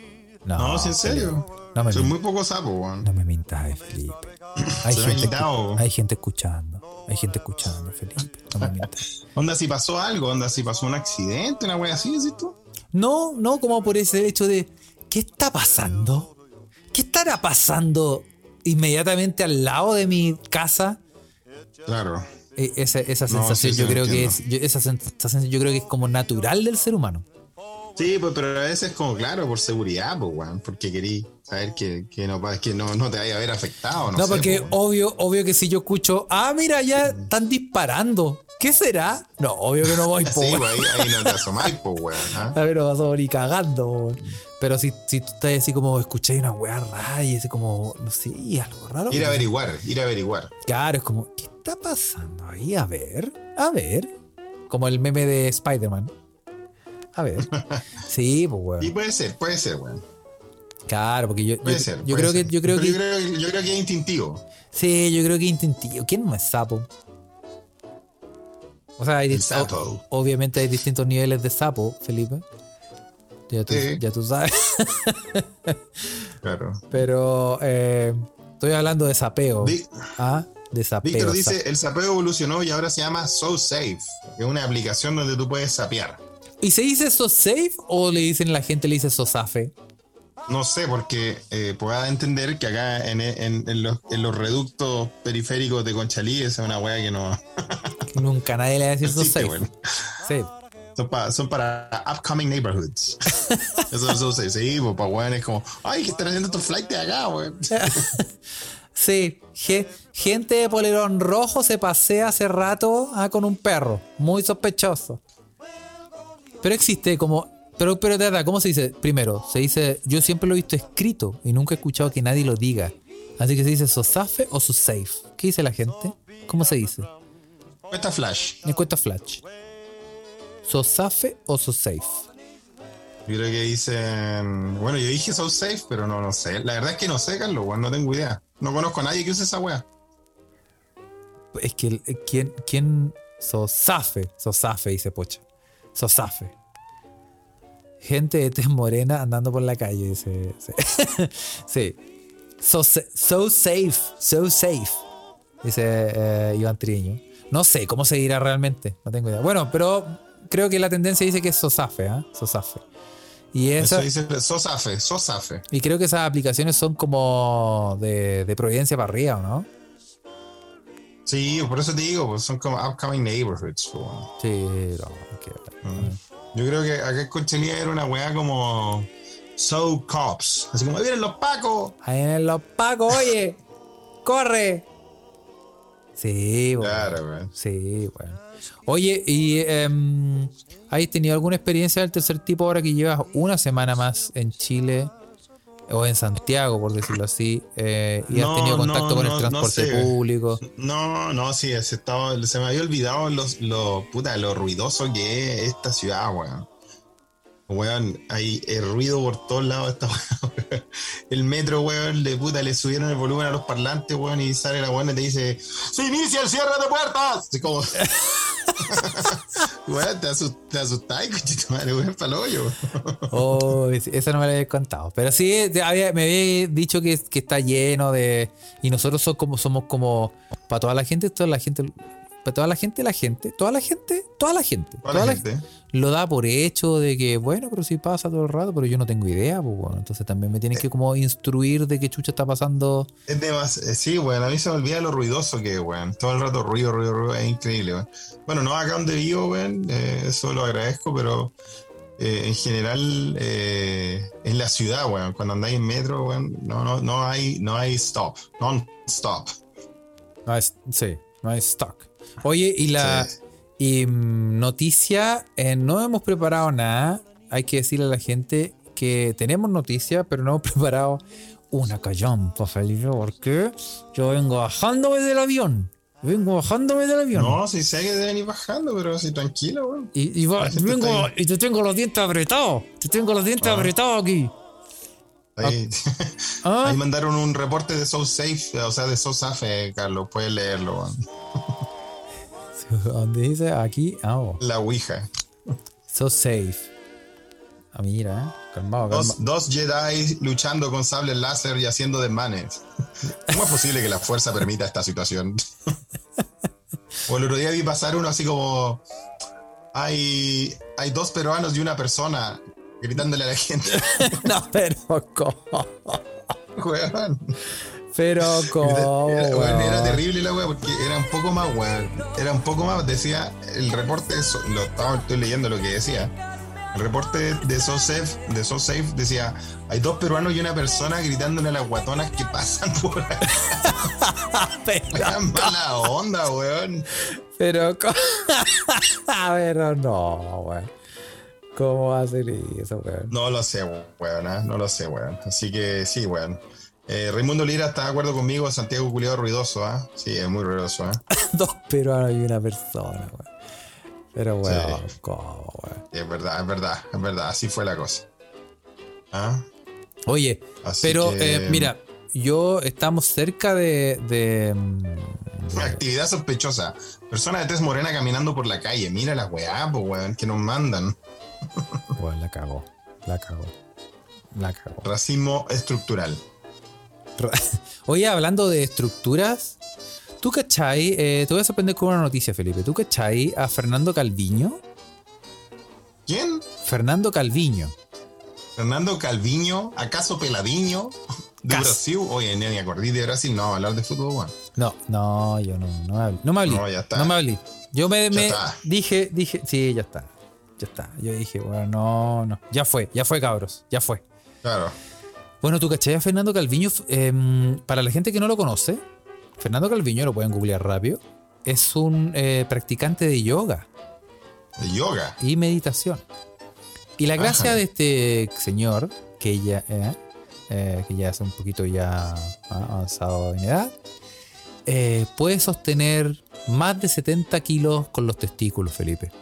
[SPEAKER 1] No,
[SPEAKER 3] No, sí, en serio.
[SPEAKER 1] Felipe. No me,
[SPEAKER 3] Soy
[SPEAKER 1] min-
[SPEAKER 3] muy poco sapo, weón.
[SPEAKER 1] no me mintas, eh, Felipe. Hay
[SPEAKER 3] Soy
[SPEAKER 1] gente,
[SPEAKER 3] militao.
[SPEAKER 1] hay gente escuchando. Hay gente escuchando, Felipe. No me mintas.
[SPEAKER 3] Onda, si pasó algo, onda, si pasó un accidente, una wea así, ¿sí tú?
[SPEAKER 1] No, no, como por ese hecho de ¿qué está pasando? ¿Qué estará pasando inmediatamente al lado de mi casa?
[SPEAKER 3] Claro.
[SPEAKER 1] Eh, Esa, esa
[SPEAKER 3] No,
[SPEAKER 1] sensación
[SPEAKER 3] sí, sí,
[SPEAKER 1] yo creo que es
[SPEAKER 3] entiendo.
[SPEAKER 1] yo, esa sensación yo creo que es como natural del ser humano.
[SPEAKER 3] Sí, pues, pero a veces como claro, por seguridad, pues, weón, porque querí saber que, que, no, pa- que no, no te vaya a ver afectado, no,
[SPEAKER 1] No,
[SPEAKER 3] sé,
[SPEAKER 1] porque
[SPEAKER 3] pues, weón.
[SPEAKER 1] obvio, obvio que si yo escucho, ah, mira, ya están disparando. ¿Qué será? No, obvio que no voy
[SPEAKER 3] Sí,
[SPEAKER 1] po, weón.
[SPEAKER 3] pues, ahí, ahí no te asomáis, pues, weón. ¿ah?
[SPEAKER 1] A ver, no vas a morir cagando. weón. Pero si, si tú estás así como escucháis una weá rara y así como, no sé, algo raro.
[SPEAKER 3] Ir a
[SPEAKER 1] weón.
[SPEAKER 3] averiguar, ir a averiguar.
[SPEAKER 1] Claro, es como, ¿qué está pasando ahí? A ver, a ver. Como el meme de Spider-Man. A ver. Sí, pues,
[SPEAKER 3] Y
[SPEAKER 1] weón.
[SPEAKER 3] puede ser, puede ser, weón.
[SPEAKER 1] Claro, porque yo, yo,
[SPEAKER 3] Puede ser.
[SPEAKER 1] yo
[SPEAKER 3] puede
[SPEAKER 1] creo que,
[SPEAKER 3] ser.
[SPEAKER 1] yo creo
[SPEAKER 3] Pero
[SPEAKER 1] que,
[SPEAKER 3] yo creo, yo creo que es instintivo.
[SPEAKER 1] sí, yo creo que intentivo. ¿Quién no es sapo? O sea, hay
[SPEAKER 3] El
[SPEAKER 1] dist-
[SPEAKER 3] sapo.
[SPEAKER 1] o- obviamente hay distintos niveles de sapo, Felipe. Ya tú,
[SPEAKER 3] Sí.
[SPEAKER 1] ya tú sabes.
[SPEAKER 3] Claro.
[SPEAKER 1] Pero eh, estoy hablando de sapeo.
[SPEAKER 3] Di-
[SPEAKER 1] ah, de sapeo.
[SPEAKER 3] Víctor
[SPEAKER 1] sa-
[SPEAKER 3] dice, el sapeo evolucionó y ahora se llama So Safe. Es una aplicación donde tú puedes sapear.
[SPEAKER 1] ¿Y se dice sosafe o le dicen la gente le dice sosafe?
[SPEAKER 3] No sé, porque eh, pueda entender que acá en, en- en los, en los reductos periféricos de Conchalí esa es una weá que no...
[SPEAKER 1] Nunca nadie le va a decir
[SPEAKER 3] no existe,
[SPEAKER 1] safe.
[SPEAKER 3] weón.
[SPEAKER 1] Safe.
[SPEAKER 3] Son, pa- son para upcoming neighborhoods. Eso es safe. Sí, pues para weones como, ay, que están haciendo estos flights de acá, weón.
[SPEAKER 1] Sí, ge- gente de polerón rojo se pasea hace rato ah, con un perro. Muy sospechoso. Pero existe como. Pero, pero de verdad, ¿cómo se dice? Primero, se dice. Yo siempre lo he visto escrito y nunca he escuchado que nadie lo diga. Así que se dice sosafe o sosafe. ¿Qué dice la gente? ¿Cómo se dice?
[SPEAKER 3] Cuesta flash.
[SPEAKER 1] Encuesta Flash. ¿Sosafe o sosafe?
[SPEAKER 3] Yo creo que dicen, bueno, yo dije so safe, pero no, no sé. La verdad es que no sé, Carlos, weón, no tengo idea. No conozco a nadie que use esa weá.
[SPEAKER 1] Es que. el- eh, ¿Quién. quién sosafe. Sosafe, dice Pocha. Sosafe. Gente de tez morena andando por la calle, dice. Sí. sí. So, sa- so safe. So safe. Dice eh, Iván Triño. No sé cómo se dirá realmente. No tengo idea. Bueno, pero creo que la tendencia dice que es sosafe, ¿ah? Sosafe. Y
[SPEAKER 3] Eso
[SPEAKER 1] esa,
[SPEAKER 3] dice so safe, so safe.
[SPEAKER 1] Y creo que esas aplicaciones son como de, de Providencia para arriba, ¿o ¿no?
[SPEAKER 3] Sí, por eso te digo, pues, son como upcoming neighborhoods, pues, weón.
[SPEAKER 1] Sí, no, que-
[SPEAKER 3] Yo creo que acá en Conchalí era una weá como so cops. Así como, miren los pacos.
[SPEAKER 1] Ahí en los pacos, oye, corre. Sí, bueno.
[SPEAKER 3] Claro, weón.
[SPEAKER 1] Sí, bueno. Oye, ¿y em, has tenido alguna experiencia del tercer tipo ahora que llevas una semana más en Chile o en Santiago, por decirlo así, eh, y
[SPEAKER 3] No,
[SPEAKER 1] has tenido
[SPEAKER 3] no,
[SPEAKER 1] contacto con
[SPEAKER 3] no,
[SPEAKER 1] el
[SPEAKER 3] no
[SPEAKER 1] transporte
[SPEAKER 3] sé.
[SPEAKER 1] público?
[SPEAKER 3] No, no, sí, se, estaba- se me había olvidado los, lo, puta, lo ruidoso que es esta ciudad, weón. Weón, hay eh, ruido por todos lados esta weá, weón. El metro, weón, le puta, le subieron el volumen a los parlantes, weón, y sale la weón y te dice, ¡Se inicia el cierre de puertas! Así como... weón, te, asus- te asustáis, cochito madre, weón, paloyo.
[SPEAKER 1] Oh, es- esa no me la había contado. Pero sí, te había- me había dicho que, que está lleno de. Y nosotros somos como, somos como. Para toda la gente, toda la gente. para toda la gente, la gente, toda la gente, toda la gente,
[SPEAKER 3] Toda la gente.
[SPEAKER 1] lo da por hecho de que, bueno, pero si pasa todo el rato, pero yo no tengo idea, pues bueno, entonces también me tienes que como instruir de qué chucha está pasando.
[SPEAKER 3] Es demas- eh, sí, weón, a mí se me olvida lo ruidoso que es, weón. Todo el rato ruido, ruido, ruido, es increíble, weón. Bueno, no acá donde vivo, weón, eh, eso lo agradezco, pero eh, en general eh, en la ciudad, weón, cuando andáis en metro, weón, no, no, no hay, no hay stop, non-stop.
[SPEAKER 1] No es, sí, no es stock. Oye, y la
[SPEAKER 3] Sí.
[SPEAKER 1] y, mm, noticia, eh, no hemos preparado nada. Hay que decirle a la gente que tenemos noticia, pero no hemos preparado una callampa, Felipe, porque yo vengo bajándome del avión. Vengo bajándome del avión.
[SPEAKER 3] No, si sé que deben ir bajando, pero sí, tranquilo, weón.
[SPEAKER 1] Y, y va-
[SPEAKER 3] Parece que
[SPEAKER 1] vengo,
[SPEAKER 3] Ah, este está
[SPEAKER 1] y te tengo los dientes apretados. Te tengo los dientes
[SPEAKER 3] Ah.
[SPEAKER 1] apretados aquí.
[SPEAKER 3] Ahí,
[SPEAKER 1] ¿Ah?
[SPEAKER 3] ahí mandaron un reporte de South Safe, eh, o sea, de South Safe, eh, Carlos, puedes leerlo, weón.
[SPEAKER 1] ¿Dónde dice? Aquí. Ah, oh.
[SPEAKER 3] La Ouija.
[SPEAKER 1] So safe. Ah, mira, eh. calmado, calmado.
[SPEAKER 3] Dos, dos Jedi luchando con sables láser y haciendo desmanes. ¿Cómo es posible que la fuerza permita esta situación? O el otro día vi pasar uno así como... Hay, hay dos peruanos y una persona gritándole a la gente.
[SPEAKER 1] No, pero cómo.
[SPEAKER 3] Weón.
[SPEAKER 1] Pero cómo.
[SPEAKER 3] Era, Eh, weón, era
[SPEAKER 1] Oh, weón.
[SPEAKER 3] terrible la wea porque era un poco más, weón. Era un poco más, decía el reporte, de So- lo estaba estoy leyendo lo que decía. El reporte de SoSafe, de SoSafe decía, hay dos peruanos y una persona gritándole a las guatonas que pasan por ahí.
[SPEAKER 1] Pero,
[SPEAKER 3] Era mala onda, weón.
[SPEAKER 1] pero cómo. pero no, weón. ¿Cómo va a ser eso, weón?
[SPEAKER 3] No lo sé, weón, ¿ah? no lo sé, weón. Así que sí, weón. Eh, Raimundo Lira está de acuerdo conmigo, Santiago Culiado ruidoso, ¿ah? Sí, es muy ruidoso, ¿ah?
[SPEAKER 1] Dos peruanos y una persona, weón. Pero, weón, cómo, weón.
[SPEAKER 3] Sí, Es verdad, es verdad, es verdad, así fue la cosa. ¿Ah?
[SPEAKER 1] Oye,
[SPEAKER 3] Así
[SPEAKER 1] pero
[SPEAKER 3] que- mm.
[SPEAKER 1] eh, mira, yo estamos cerca de. de, mm,
[SPEAKER 3] Una actividad sospechosa. Persona de tez morena caminando por la calle. Mira las weá, po, weón, que nos mandan.
[SPEAKER 1] weón, la cagó. La cagó. La cagó.
[SPEAKER 3] Racismo estructural.
[SPEAKER 1] Oye, hablando de estructuras, ¿tú cachai? Eh, te voy a sorprender con una noticia, Felipe. ¿Tú cachai a Fernando Calviño?
[SPEAKER 3] ¿Quién?
[SPEAKER 1] Fernando Calviño.
[SPEAKER 3] ¿Fernando Calviño? ¿Acaso Peladiño? ¿De
[SPEAKER 1] Cas-
[SPEAKER 3] Brasil? Oye, ni me acordé de Brasil. No, hablar de fútbol, weón.
[SPEAKER 1] No, no, yo no, no me hablé. No me hablé.
[SPEAKER 3] No, ya está.
[SPEAKER 1] me hablé. Yo me,
[SPEAKER 3] Ya
[SPEAKER 1] me
[SPEAKER 3] está.
[SPEAKER 1] dije, dije, sí, ya está. Ya está. Yo dije, bueno, no, no. Ya fue, ya fue, cabros. Ya fue.
[SPEAKER 3] Claro.
[SPEAKER 1] Bueno, tú cachai a Fernando Calviño, F- em, para la gente que no lo conoce, Fernando Calviño, lo pueden googlear rápido, es un eh, practicante de yoga
[SPEAKER 3] De yoga.
[SPEAKER 1] y meditación. Y la
[SPEAKER 3] Ajá.
[SPEAKER 1] gracia de este señor, que ya, eh, eh, que ya es un poquito ya ah, avanzado en edad, eh, puede sostener más de 70 kilos con los testículos, Felipe,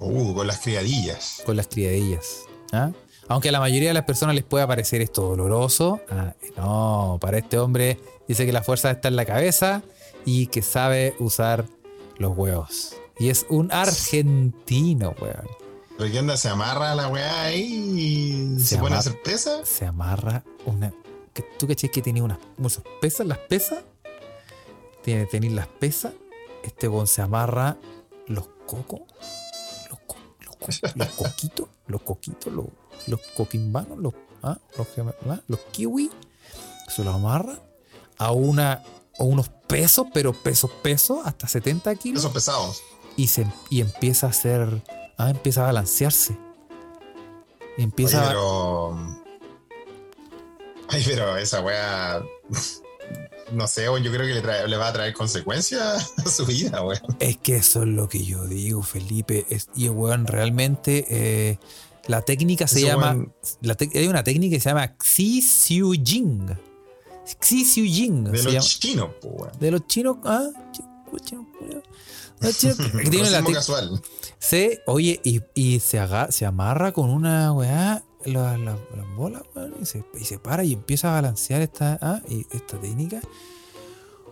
[SPEAKER 3] Uh, con las criadillas.
[SPEAKER 1] con las triadillas. ¿ah? Aunque a la mayoría de las personas les pueda parecer esto doloroso, ah, no, para este hombre dice que la fuerza está en la cabeza y que sabe usar los huevos. Y es un argentino, weón.
[SPEAKER 3] Pero que anda, se amarra la weá ahí y
[SPEAKER 1] Se
[SPEAKER 3] se, pone
[SPEAKER 1] amarra.
[SPEAKER 3] a hacer pesa.
[SPEAKER 1] se amarra una. que- ¿Tú caché que tenía unas, unas pesas? ¿Las pesas? Tiene tener las pesas. Este bon se amarra los cocos. Los, co- los, co- los coquitos. Los coquitos. Los, los coquimbanos. Los, ah, los, gema- ah, los kiwi. Se los amarra a una. A unos pesos, pero pesos, pesos, hasta 70 kilos
[SPEAKER 3] Esos pesados.
[SPEAKER 1] y, se, y empieza a hacer. Ah, empieza a balancearse. Y
[SPEAKER 3] Oye,
[SPEAKER 1] empieza a.
[SPEAKER 3] pero. mm, Ay, pero esa weá. No sé, weón, yo creo que le, trae- le va a traer consecuencias a su vida, weón.
[SPEAKER 1] Es que eso es lo que yo digo, Felipe. Es, y weón, realmente eh, la técnica se
[SPEAKER 3] Ese
[SPEAKER 1] llama.
[SPEAKER 3] weón-
[SPEAKER 1] la tec- hay una técnica que se llama Xi Xiu Jing. Xi Xiu Jing.
[SPEAKER 3] De
[SPEAKER 1] se
[SPEAKER 3] los
[SPEAKER 1] llama-
[SPEAKER 3] chinos, po, weón.
[SPEAKER 1] de los chinos. Ah, chi- chino, culiao. Los chinos que tienen la
[SPEAKER 3] Racismo
[SPEAKER 1] tec-
[SPEAKER 3] casual.
[SPEAKER 1] se, oye, y, y se, aga- se amarra con una weá la- la- las bolas, weón, y se, y se para y empieza a balancear esta, ah, y esta técnica.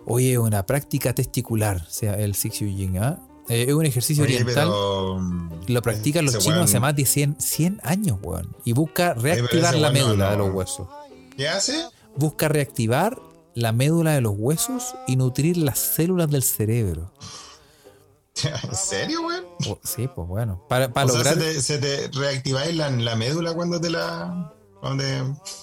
[SPEAKER 1] Oye, una práctica testicular, o sea, el Six Yu Jing, ¿ah? Eh, es un ejercicio
[SPEAKER 3] Oye,
[SPEAKER 1] oriental.
[SPEAKER 3] pero, mm,
[SPEAKER 1] Lo practican los
[SPEAKER 3] ese
[SPEAKER 1] chinos
[SPEAKER 3] weón,
[SPEAKER 1] hace más de 100, 100 años, weón. Y busca reactivar
[SPEAKER 3] ese
[SPEAKER 1] la
[SPEAKER 3] weón no,
[SPEAKER 1] médula de
[SPEAKER 3] no.
[SPEAKER 1] los huesos.
[SPEAKER 3] ¿Qué hace?
[SPEAKER 1] Busca reactivar la médula de los huesos y nutrir las células del cerebro.
[SPEAKER 3] ¿En serio, güey?
[SPEAKER 1] O- sí, pues bueno. Para, para
[SPEAKER 3] O sea,
[SPEAKER 1] lograr.
[SPEAKER 3] se te, se te reactiváis la, la médula cuando te la. Cuando te,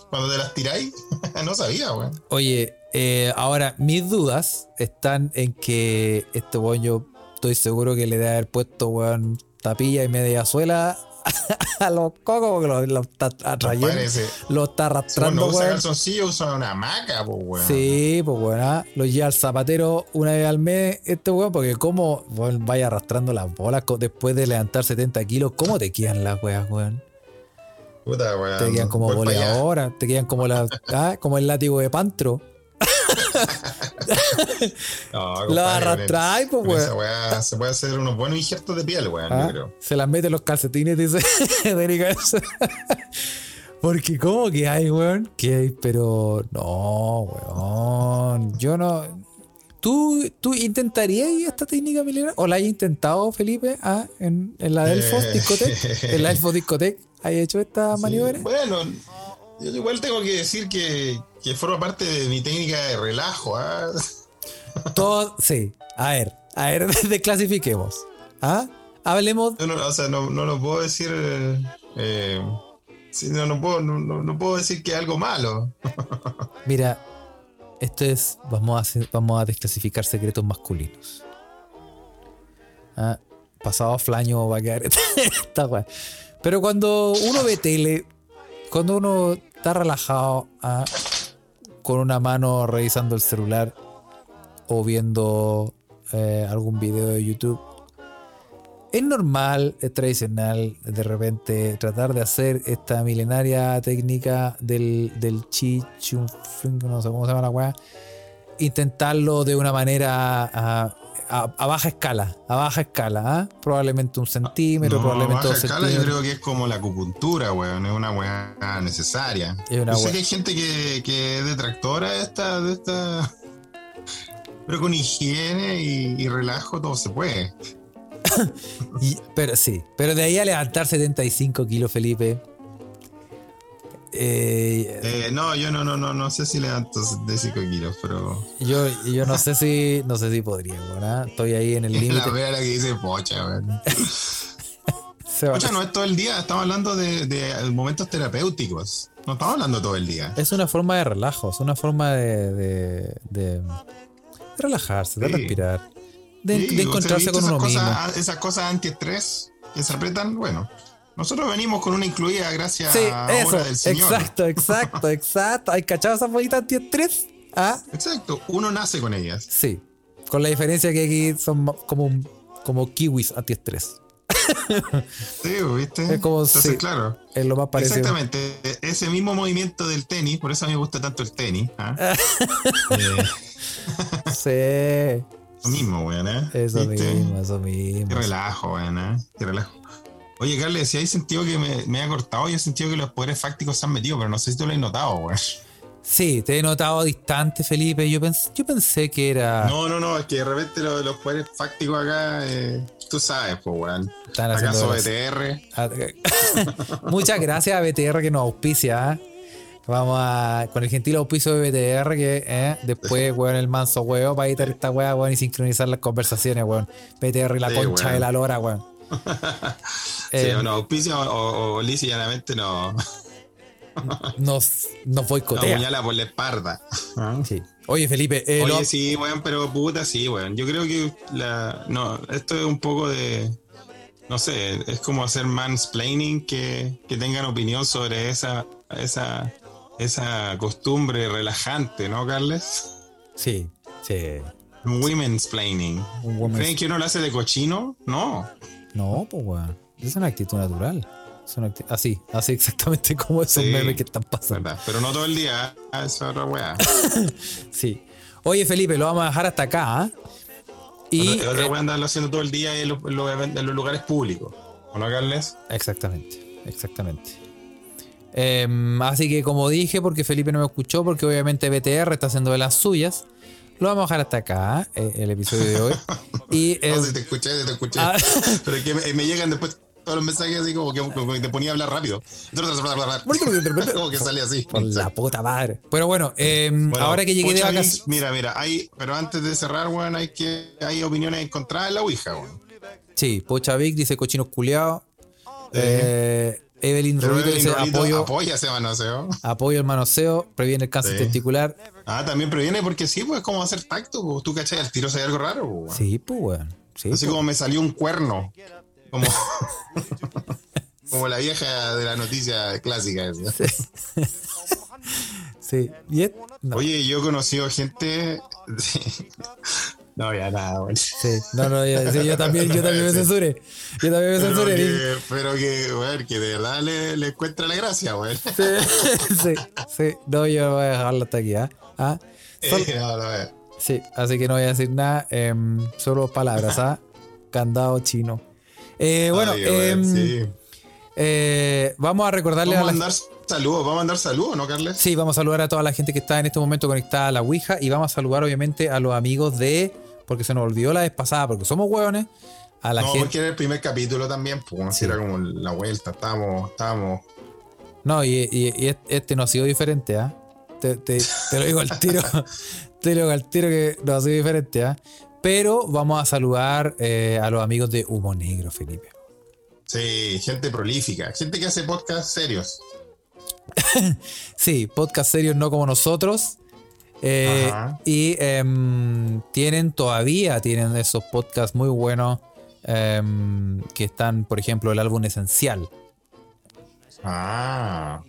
[SPEAKER 3] cuando te las tiráis. no sabía, güey.
[SPEAKER 1] Oye, eh, ahora mis dudas están en que este weón yo estoy seguro que le debe haber puesto weón tapilla y media suela a los cocos porque los, los está atrayendo,
[SPEAKER 3] Parece.
[SPEAKER 1] los está
[SPEAKER 3] Si uno no
[SPEAKER 1] arrastrando,
[SPEAKER 3] usa
[SPEAKER 1] weón.
[SPEAKER 3] calzoncillo, usa una hamaca, pues, güey.
[SPEAKER 1] Sí, pues weón, ah, los lleva al zapatero una vez al mes este weón, porque como weón, vaya arrastrando las bolas co- después de levantar 70 kilos, ¿cómo te quedan las weas, weón?
[SPEAKER 3] Puta, güey.
[SPEAKER 1] Te quedan como
[SPEAKER 3] Voy pa' allá.
[SPEAKER 1] boleadora, te quedan como la, ah, como el látigo de pantro.
[SPEAKER 3] No,
[SPEAKER 1] Lo
[SPEAKER 3] compadre,
[SPEAKER 1] arrastráis, pues,
[SPEAKER 3] con
[SPEAKER 1] weón.
[SPEAKER 3] esa weá se puede hacer unos buenos injertos de piel, weón,
[SPEAKER 1] Ah,
[SPEAKER 3] yo creo.
[SPEAKER 1] Se las mete en los calcetines, dice Erika. Porque como que hay, weón, que hay, pero no, weón. Yo no. ¿Tú, tú intentarías esta técnica milenaria? ¿O la has intentado, Felipe? Ah, en, en la Delfos
[SPEAKER 3] Eh.
[SPEAKER 1] Discotec. En la Delfos Discotec. ¿Has hecho esta maniobra?
[SPEAKER 3] Sí, Bueno, yo igual tengo que decir que, que forma parte de mi técnica de relajo. ¿ah?
[SPEAKER 1] Todo- sí. A ver, a ver, desclasifiquemos. ¿Ah? Hablemos.
[SPEAKER 3] Yo no- o sea, no, no lo puedo decir. eh, eh, sí, no, no puedo, no, no- no puedo decir que es algo malo.
[SPEAKER 1] Mira, esto es. Vamos a, hacer- vamos a desclasificar secretos masculinos. Ah, pasado flaño va a quedar esta- esta weá. Pero cuando uno ve tele, cuando uno está relajado, ah, con una mano revisando el celular o viendo eh, algún video de YouTube, es normal, es tradicional de repente tratar de hacer esta milenaria técnica del, del chi, chun, fun, no sé cómo se llama la weá, intentarlo de una manera a, a- a baja escala, a baja escala, ¿ah? probablemente un centímetro,
[SPEAKER 3] No,
[SPEAKER 1] probablemente
[SPEAKER 3] baja
[SPEAKER 1] dos
[SPEAKER 3] escala, yo
[SPEAKER 1] centímetros.
[SPEAKER 3] creo que es como la acupuntura, weón. Es una weá necesaria.
[SPEAKER 1] Es una
[SPEAKER 3] yo sé
[SPEAKER 1] weá.
[SPEAKER 3] que hay gente que, que es detractora de esta, de esta. Pero con higiene y, y relajo todo se puede.
[SPEAKER 1] Y- pero sí, pero de ahí a levantar 75 kilos, Felipe. eh,
[SPEAKER 3] Eh, no, yo no, no, no, no sé si levanto de 5 kilos, pero.
[SPEAKER 1] yo, yo no sé si no sé si podría, weón, ¿ah? Estoy ahí en el
[SPEAKER 3] La
[SPEAKER 1] límite.
[SPEAKER 3] wea la que dice pocha, weón.
[SPEAKER 1] Se va-
[SPEAKER 3] Pocha no es todo el día, estamos hablando de, de momentos terapéuticos. No estamos hablando todo el día.
[SPEAKER 1] Es una forma de relajo, es una forma de, de- de- de relajarse, de
[SPEAKER 3] Sí.
[SPEAKER 1] respirar, de,
[SPEAKER 3] Sí,
[SPEAKER 1] de
[SPEAKER 3] ¿usted
[SPEAKER 1] encontrarse
[SPEAKER 3] ha
[SPEAKER 1] con
[SPEAKER 3] visto
[SPEAKER 1] uno
[SPEAKER 3] esas
[SPEAKER 1] mismo.
[SPEAKER 3] cosas- ah, Esas cosas antiestrés que se apretan, bueno. Nosotros venimos con una incluida gracias
[SPEAKER 1] Sí,
[SPEAKER 3] a
[SPEAKER 1] eso,
[SPEAKER 3] obra del Señor.
[SPEAKER 1] exacto, exacto, exacto. ¿Hay cachado esas bolitas antiestrés? Ah,
[SPEAKER 3] Exacto, uno nace con ellas.
[SPEAKER 1] sí. Con la diferencia que aquí son ma- como, como kiwis antiestrés.
[SPEAKER 3] Sí, ¿viste?
[SPEAKER 1] Es como,
[SPEAKER 3] Entonces,
[SPEAKER 1] sí,
[SPEAKER 3] claro.
[SPEAKER 1] Es lo más parecido.
[SPEAKER 3] Exactamente, ese mismo movimiento del tenis, por eso a mí me gusta tanto el tenis. ¿ah? Eh,
[SPEAKER 1] Eh, Sí,
[SPEAKER 3] lo mismo, weón, ¿eh?
[SPEAKER 1] eso
[SPEAKER 3] ¿Viste?
[SPEAKER 1] mismo, eso mismo.
[SPEAKER 3] Qué relajo, weón, ¿eh? Qué relajo. Oye, Carles, si hay sentido que me, me ha cortado y he sentido que los poderes fácticos se han metido, pero no sé si tú lo has notado, weón.
[SPEAKER 1] Sí, te he notado distante, Felipe. Yo, pens- yo pensé que era.
[SPEAKER 3] No, no, no, es que de repente lo- los poderes fácticos acá, eh, tú sabes, pues, weón. E
[SPEAKER 1] Están haciendo
[SPEAKER 3] ¿Acaso
[SPEAKER 1] gracia.
[SPEAKER 3] BTR?
[SPEAKER 1] Ah, Muchas gracias a BTR que nos auspicia. ¿eh? Vamos a. Con el gentil auspicio de BTR que ¿eh? después, weón, el manso weón va a editar esta weá, weón, y sincronizar las conversaciones, weón. BTR y la
[SPEAKER 3] Sí,
[SPEAKER 1] concha
[SPEAKER 3] weón.
[SPEAKER 1] de la lora, weón.
[SPEAKER 3] sí,
[SPEAKER 1] Eh,
[SPEAKER 3] o no, auspicia o, o, o lisa y llanamente no, no
[SPEAKER 1] Nos, nos boicotea.
[SPEAKER 3] apuñala por la espalda.
[SPEAKER 1] Sí. Oye, Felipe, eh,
[SPEAKER 3] Oye,
[SPEAKER 1] lo-
[SPEAKER 3] sí, weón, pero puta, sí, weón. Yo creo que la, no, esto es un poco de. No sé, es como hacer mansplaining que, que tengan opinión sobre esa, esa, esa costumbre relajante, ¿no, Carles?
[SPEAKER 1] sí, sí.
[SPEAKER 3] Women's planning.
[SPEAKER 1] Un woman's-
[SPEAKER 3] ¿Creen que uno lo hace de cochino? No.
[SPEAKER 1] No, pues weón. Es una actitud natural. Es una acti- Así, así exactamente como esos
[SPEAKER 3] Sí.
[SPEAKER 1] memes que están pasando.
[SPEAKER 3] ¿Verdad? Pero no todo el día. ah, Esa otra weá.
[SPEAKER 1] Sí. Oye, Felipe, lo vamos a dejar hasta acá. ¿ah? Y. eh,
[SPEAKER 3] otra otra weá andarlo haciendo todo el día en los, en los event- en los lugares públicos. ¿O no, Carles?
[SPEAKER 1] Exactamente, exactamente. Em, así que como dije, porque Felipe no me escuchó, porque obviamente BTR está haciendo de las suyas, lo vamos a dejar hasta acá, eh, el episodio de hoy. Y
[SPEAKER 3] No,
[SPEAKER 1] em,
[SPEAKER 3] si te escuché, si te escuché.
[SPEAKER 1] ah,
[SPEAKER 3] Pero es que me, me llegan después Todos los mensajes así como que como que te ponía a hablar rápido. Como que sale así.
[SPEAKER 1] Por la puta madre. Pero bueno, eh,
[SPEAKER 3] Bueno,
[SPEAKER 1] ahora que llegué de
[SPEAKER 3] muchas
[SPEAKER 1] vacaciones.
[SPEAKER 3] mis- Mira, mira, hay, pero antes de cerrar, weón, hay que hay opiniones encontradas en la Ouija, weón.
[SPEAKER 1] Sí, Pochavic dice cochinos culiados. Eh, Evelyn
[SPEAKER 3] Pero
[SPEAKER 1] Rubito
[SPEAKER 3] Evelyn
[SPEAKER 1] dice
[SPEAKER 3] Rubito
[SPEAKER 1] apoyo,
[SPEAKER 3] apoya ese manoseo.
[SPEAKER 1] apoyo el manoseo, previene el cáncer
[SPEAKER 3] Sí.
[SPEAKER 1] testicular.
[SPEAKER 3] Ah, también previene porque sí, pues como hacer tacto, po. tú cachai, al tiro sale algo raro, po, weón.
[SPEAKER 1] Sí, pues, weón. Sí,
[SPEAKER 3] Así
[SPEAKER 1] pues.
[SPEAKER 3] como me salió un cuerno. Como, como la vieja de la noticia clásica. esa.
[SPEAKER 1] Sí. Y es- no,
[SPEAKER 3] Oye, yo he conocido gente. no, ya nada, weón.
[SPEAKER 1] sí. No, no, yo, sí, yo también, yo también me
[SPEAKER 3] Sí.
[SPEAKER 1] censuré. Yo también me
[SPEAKER 3] Pero
[SPEAKER 1] censuré.
[SPEAKER 3] que, pero que, weón, que de verdad le, le encuentra la gracia, weón.
[SPEAKER 1] Sí, sí, sí. No, yo voy a dejarlo hasta aquí, ¿ah? ¿Ah? Sol-
[SPEAKER 3] Eh, no, no, eh.
[SPEAKER 1] Sí, así que no voy a decir nada, em, solo palabras, ¿ah? Candado chino. Eh, bueno,
[SPEAKER 3] Ay, weón,
[SPEAKER 1] em,
[SPEAKER 3] sí.
[SPEAKER 1] eh, vamos a recordarle
[SPEAKER 3] Vamos a
[SPEAKER 1] a la
[SPEAKER 3] mandar saludos, vamos a mandar saludos, ¿no, Carles?
[SPEAKER 1] Sí, vamos a saludar a toda la gente que está en este momento conectada a la Ouija y vamos a saludar obviamente a los amigos de, porque se nos olvidó la vez pasada, porque somos hueones, a la
[SPEAKER 3] no,
[SPEAKER 1] gente...
[SPEAKER 3] porque era el primer capítulo también, pues bueno,
[SPEAKER 1] Sí.
[SPEAKER 3] era como la vuelta, estábamos, estábamos.
[SPEAKER 1] No, y, y- y este no ha sido diferente, ¿ah? Te, te- te lo digo al tiro, te lo digo al tiro que no ha sido diferente, ¿ah? Pero vamos a saludar eh, a los amigos de Humo Negro, Felipe.
[SPEAKER 3] Sí, gente prolífica, gente que hace podcasts serios.
[SPEAKER 1] Sí, podcast serios no como nosotros. Eh,
[SPEAKER 3] Ajá.
[SPEAKER 1] y em, tienen todavía, tienen esos podcasts muy buenos em, que están, por ejemplo, el álbum esencial.
[SPEAKER 3] Ah,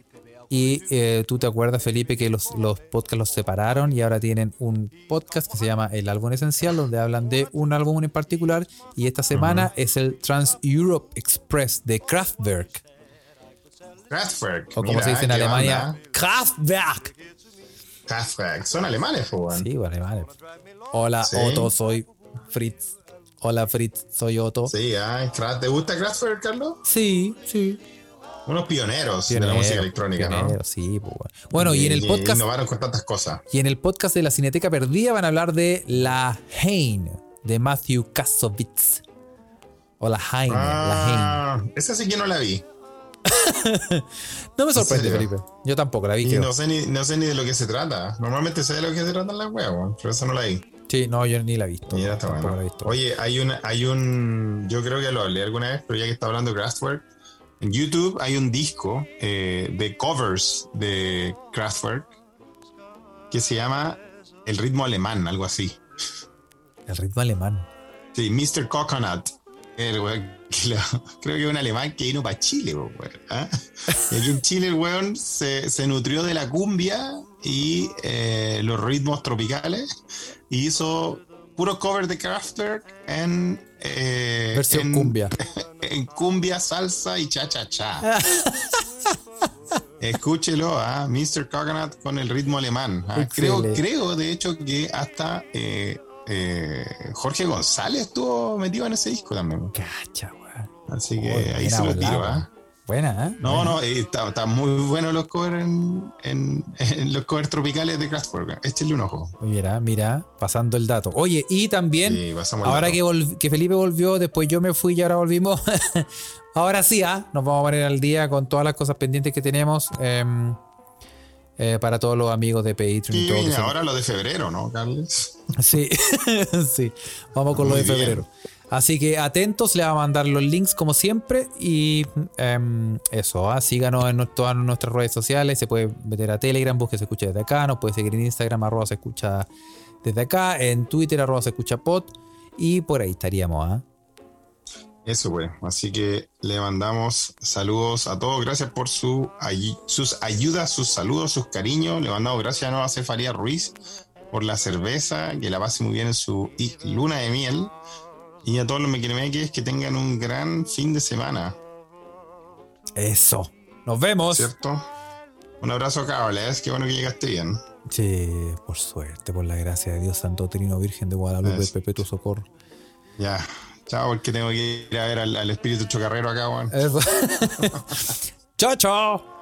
[SPEAKER 1] Y eh, tú te acuerdas, Felipe, que los, los podcasts los separaron y ahora tienen un podcast que se llama El álbum esencial, donde hablan de un álbum en particular. Y esta semana es el Trans Europe Express de Kraftwerk,
[SPEAKER 3] Kraftwerk.
[SPEAKER 1] o como
[SPEAKER 3] mira,
[SPEAKER 1] se dice en
[SPEAKER 3] qué
[SPEAKER 1] Alemania,
[SPEAKER 3] banda.
[SPEAKER 1] Kraftwerk.
[SPEAKER 3] Kraftwerk, son alemanes, pues bueno.
[SPEAKER 1] Sí, vale, vale. Hola,
[SPEAKER 3] Sí.
[SPEAKER 1] Otto, soy Fritz. Hola, Fritz, soy Otto. Sí,
[SPEAKER 3] Sí, ah, Kraft- ¿te gusta Kraftwerk, Carlos?
[SPEAKER 1] sí.
[SPEAKER 3] Unos pioneros de la
[SPEAKER 1] Pionero,
[SPEAKER 3] música electrónica,
[SPEAKER 1] pionero,
[SPEAKER 3] ¿no?
[SPEAKER 1] sí, pues, bueno. Bueno, y en el podcast
[SPEAKER 3] Innovaron con tantas cosas.
[SPEAKER 1] y en el podcast de la Cineteca Perdida van a hablar de La Haine de Matthew Kasovitz. O La Haine, La
[SPEAKER 3] Ah, esa sí que no la vi.
[SPEAKER 1] Haine. No me sorprende,
[SPEAKER 3] serio?
[SPEAKER 1] Felipe. Yo tampoco la vi.
[SPEAKER 3] Y
[SPEAKER 1] creo.
[SPEAKER 3] no sé, ni, no sé ni de lo que se trata. Normalmente sé de lo que se trata en las huevas, pero esa no la vi.
[SPEAKER 1] Sí, no, yo ni la he visto.
[SPEAKER 3] Mira, está
[SPEAKER 1] Tampoco
[SPEAKER 3] bueno.
[SPEAKER 1] la he visto.
[SPEAKER 3] Oye, hay un, hay un, yo creo que lo hablé alguna vez, pero ya que está hablando Kraftwerk, en YouTube hay un disco eh, de covers de Kraftwerk que se llama El ritmo alemán, algo así.
[SPEAKER 1] El ritmo alemán.
[SPEAKER 3] Sí, Mr. Coconut. El weón que lo- creo que es un alemán que vino para Chile, po, weón, ¿ah? Y aquí en Chile el weón se, se nutrió de la cumbia y eh, los ritmos tropicales y hizo puro cover de Kraftwerk en, eh,
[SPEAKER 1] Versión
[SPEAKER 3] en-
[SPEAKER 1] cumbia.
[SPEAKER 3] en cumbia, salsa y cha cha cha. Escúchelo a Mr. Coconut con el ritmo alemán. ah. Creo,
[SPEAKER 1] Excelente.
[SPEAKER 3] creo, de hecho, que hasta eh, eh, Jorge González estuvo metido en ese disco también.
[SPEAKER 1] Cacha, weón.
[SPEAKER 3] Así que
[SPEAKER 1] Oye,
[SPEAKER 3] ahí
[SPEAKER 1] buena
[SPEAKER 3] se lo
[SPEAKER 1] volada,
[SPEAKER 3] tiro. ah.
[SPEAKER 1] weón. Buena, ¿eh?
[SPEAKER 3] No, no, eh, está, está muy bueno los covers en, en- en los covers tropicales de Kraftwerk. Échenle un ojo.
[SPEAKER 1] Mira, mira, pasando el dato. Oye, y también,
[SPEAKER 3] Sí, pasamos el
[SPEAKER 1] ahora
[SPEAKER 3] dato.
[SPEAKER 1] que, volv- que Felipe volvió, después yo me fui y ahora volvimos. ahora sí, ah, nos vamos a poner al día con todas las cosas pendientes que tenemos em, eh, para todos los amigos de Patreon y
[SPEAKER 3] Y
[SPEAKER 1] todo. que
[SPEAKER 3] viene
[SPEAKER 1] son-
[SPEAKER 3] ahora lo de febrero, ¿no, Carles?
[SPEAKER 1] Sí, sí, vamos con lo
[SPEAKER 3] Muy
[SPEAKER 1] de
[SPEAKER 3] bien.
[SPEAKER 1] febrero. Así que atentos, le vamos a mandar los links como siempre. Y em, eso, ah, síganos en nues- todas nuestras redes sociales. Se puede meter a Telegram, busque se escucha desde acá. Nos puede seguir en Instagram, arroba se escucha desde acá. En Twitter, arroba se escucha pod. Y por ahí estaríamos, ¿ah?
[SPEAKER 3] Eso, güey. Así que le mandamos saludos a todos. Gracias por su ayu- sus ayudas, sus saludos, sus cariños. Le mandamos gracias a Nueva Cefaría Ruiz por la cerveza. Que la pase muy bien en su i- luna de miel. Y a todos los mequimeques que tengan un gran fin de semana,
[SPEAKER 1] Eso. Nos vemos.
[SPEAKER 3] ¿cierto? Un abrazo, Carles. Qué bueno que llegaste bien.
[SPEAKER 1] Che, por suerte, por la gracia de Dios, Santo Trino, Virgen de Guadalupe,
[SPEAKER 3] Es-
[SPEAKER 1] Perpetuo Socorro.
[SPEAKER 3] Ya. Chao, porque tengo que ir a ver al, al espíritu chocarrero acá, güey.
[SPEAKER 1] Eso. chao, chao.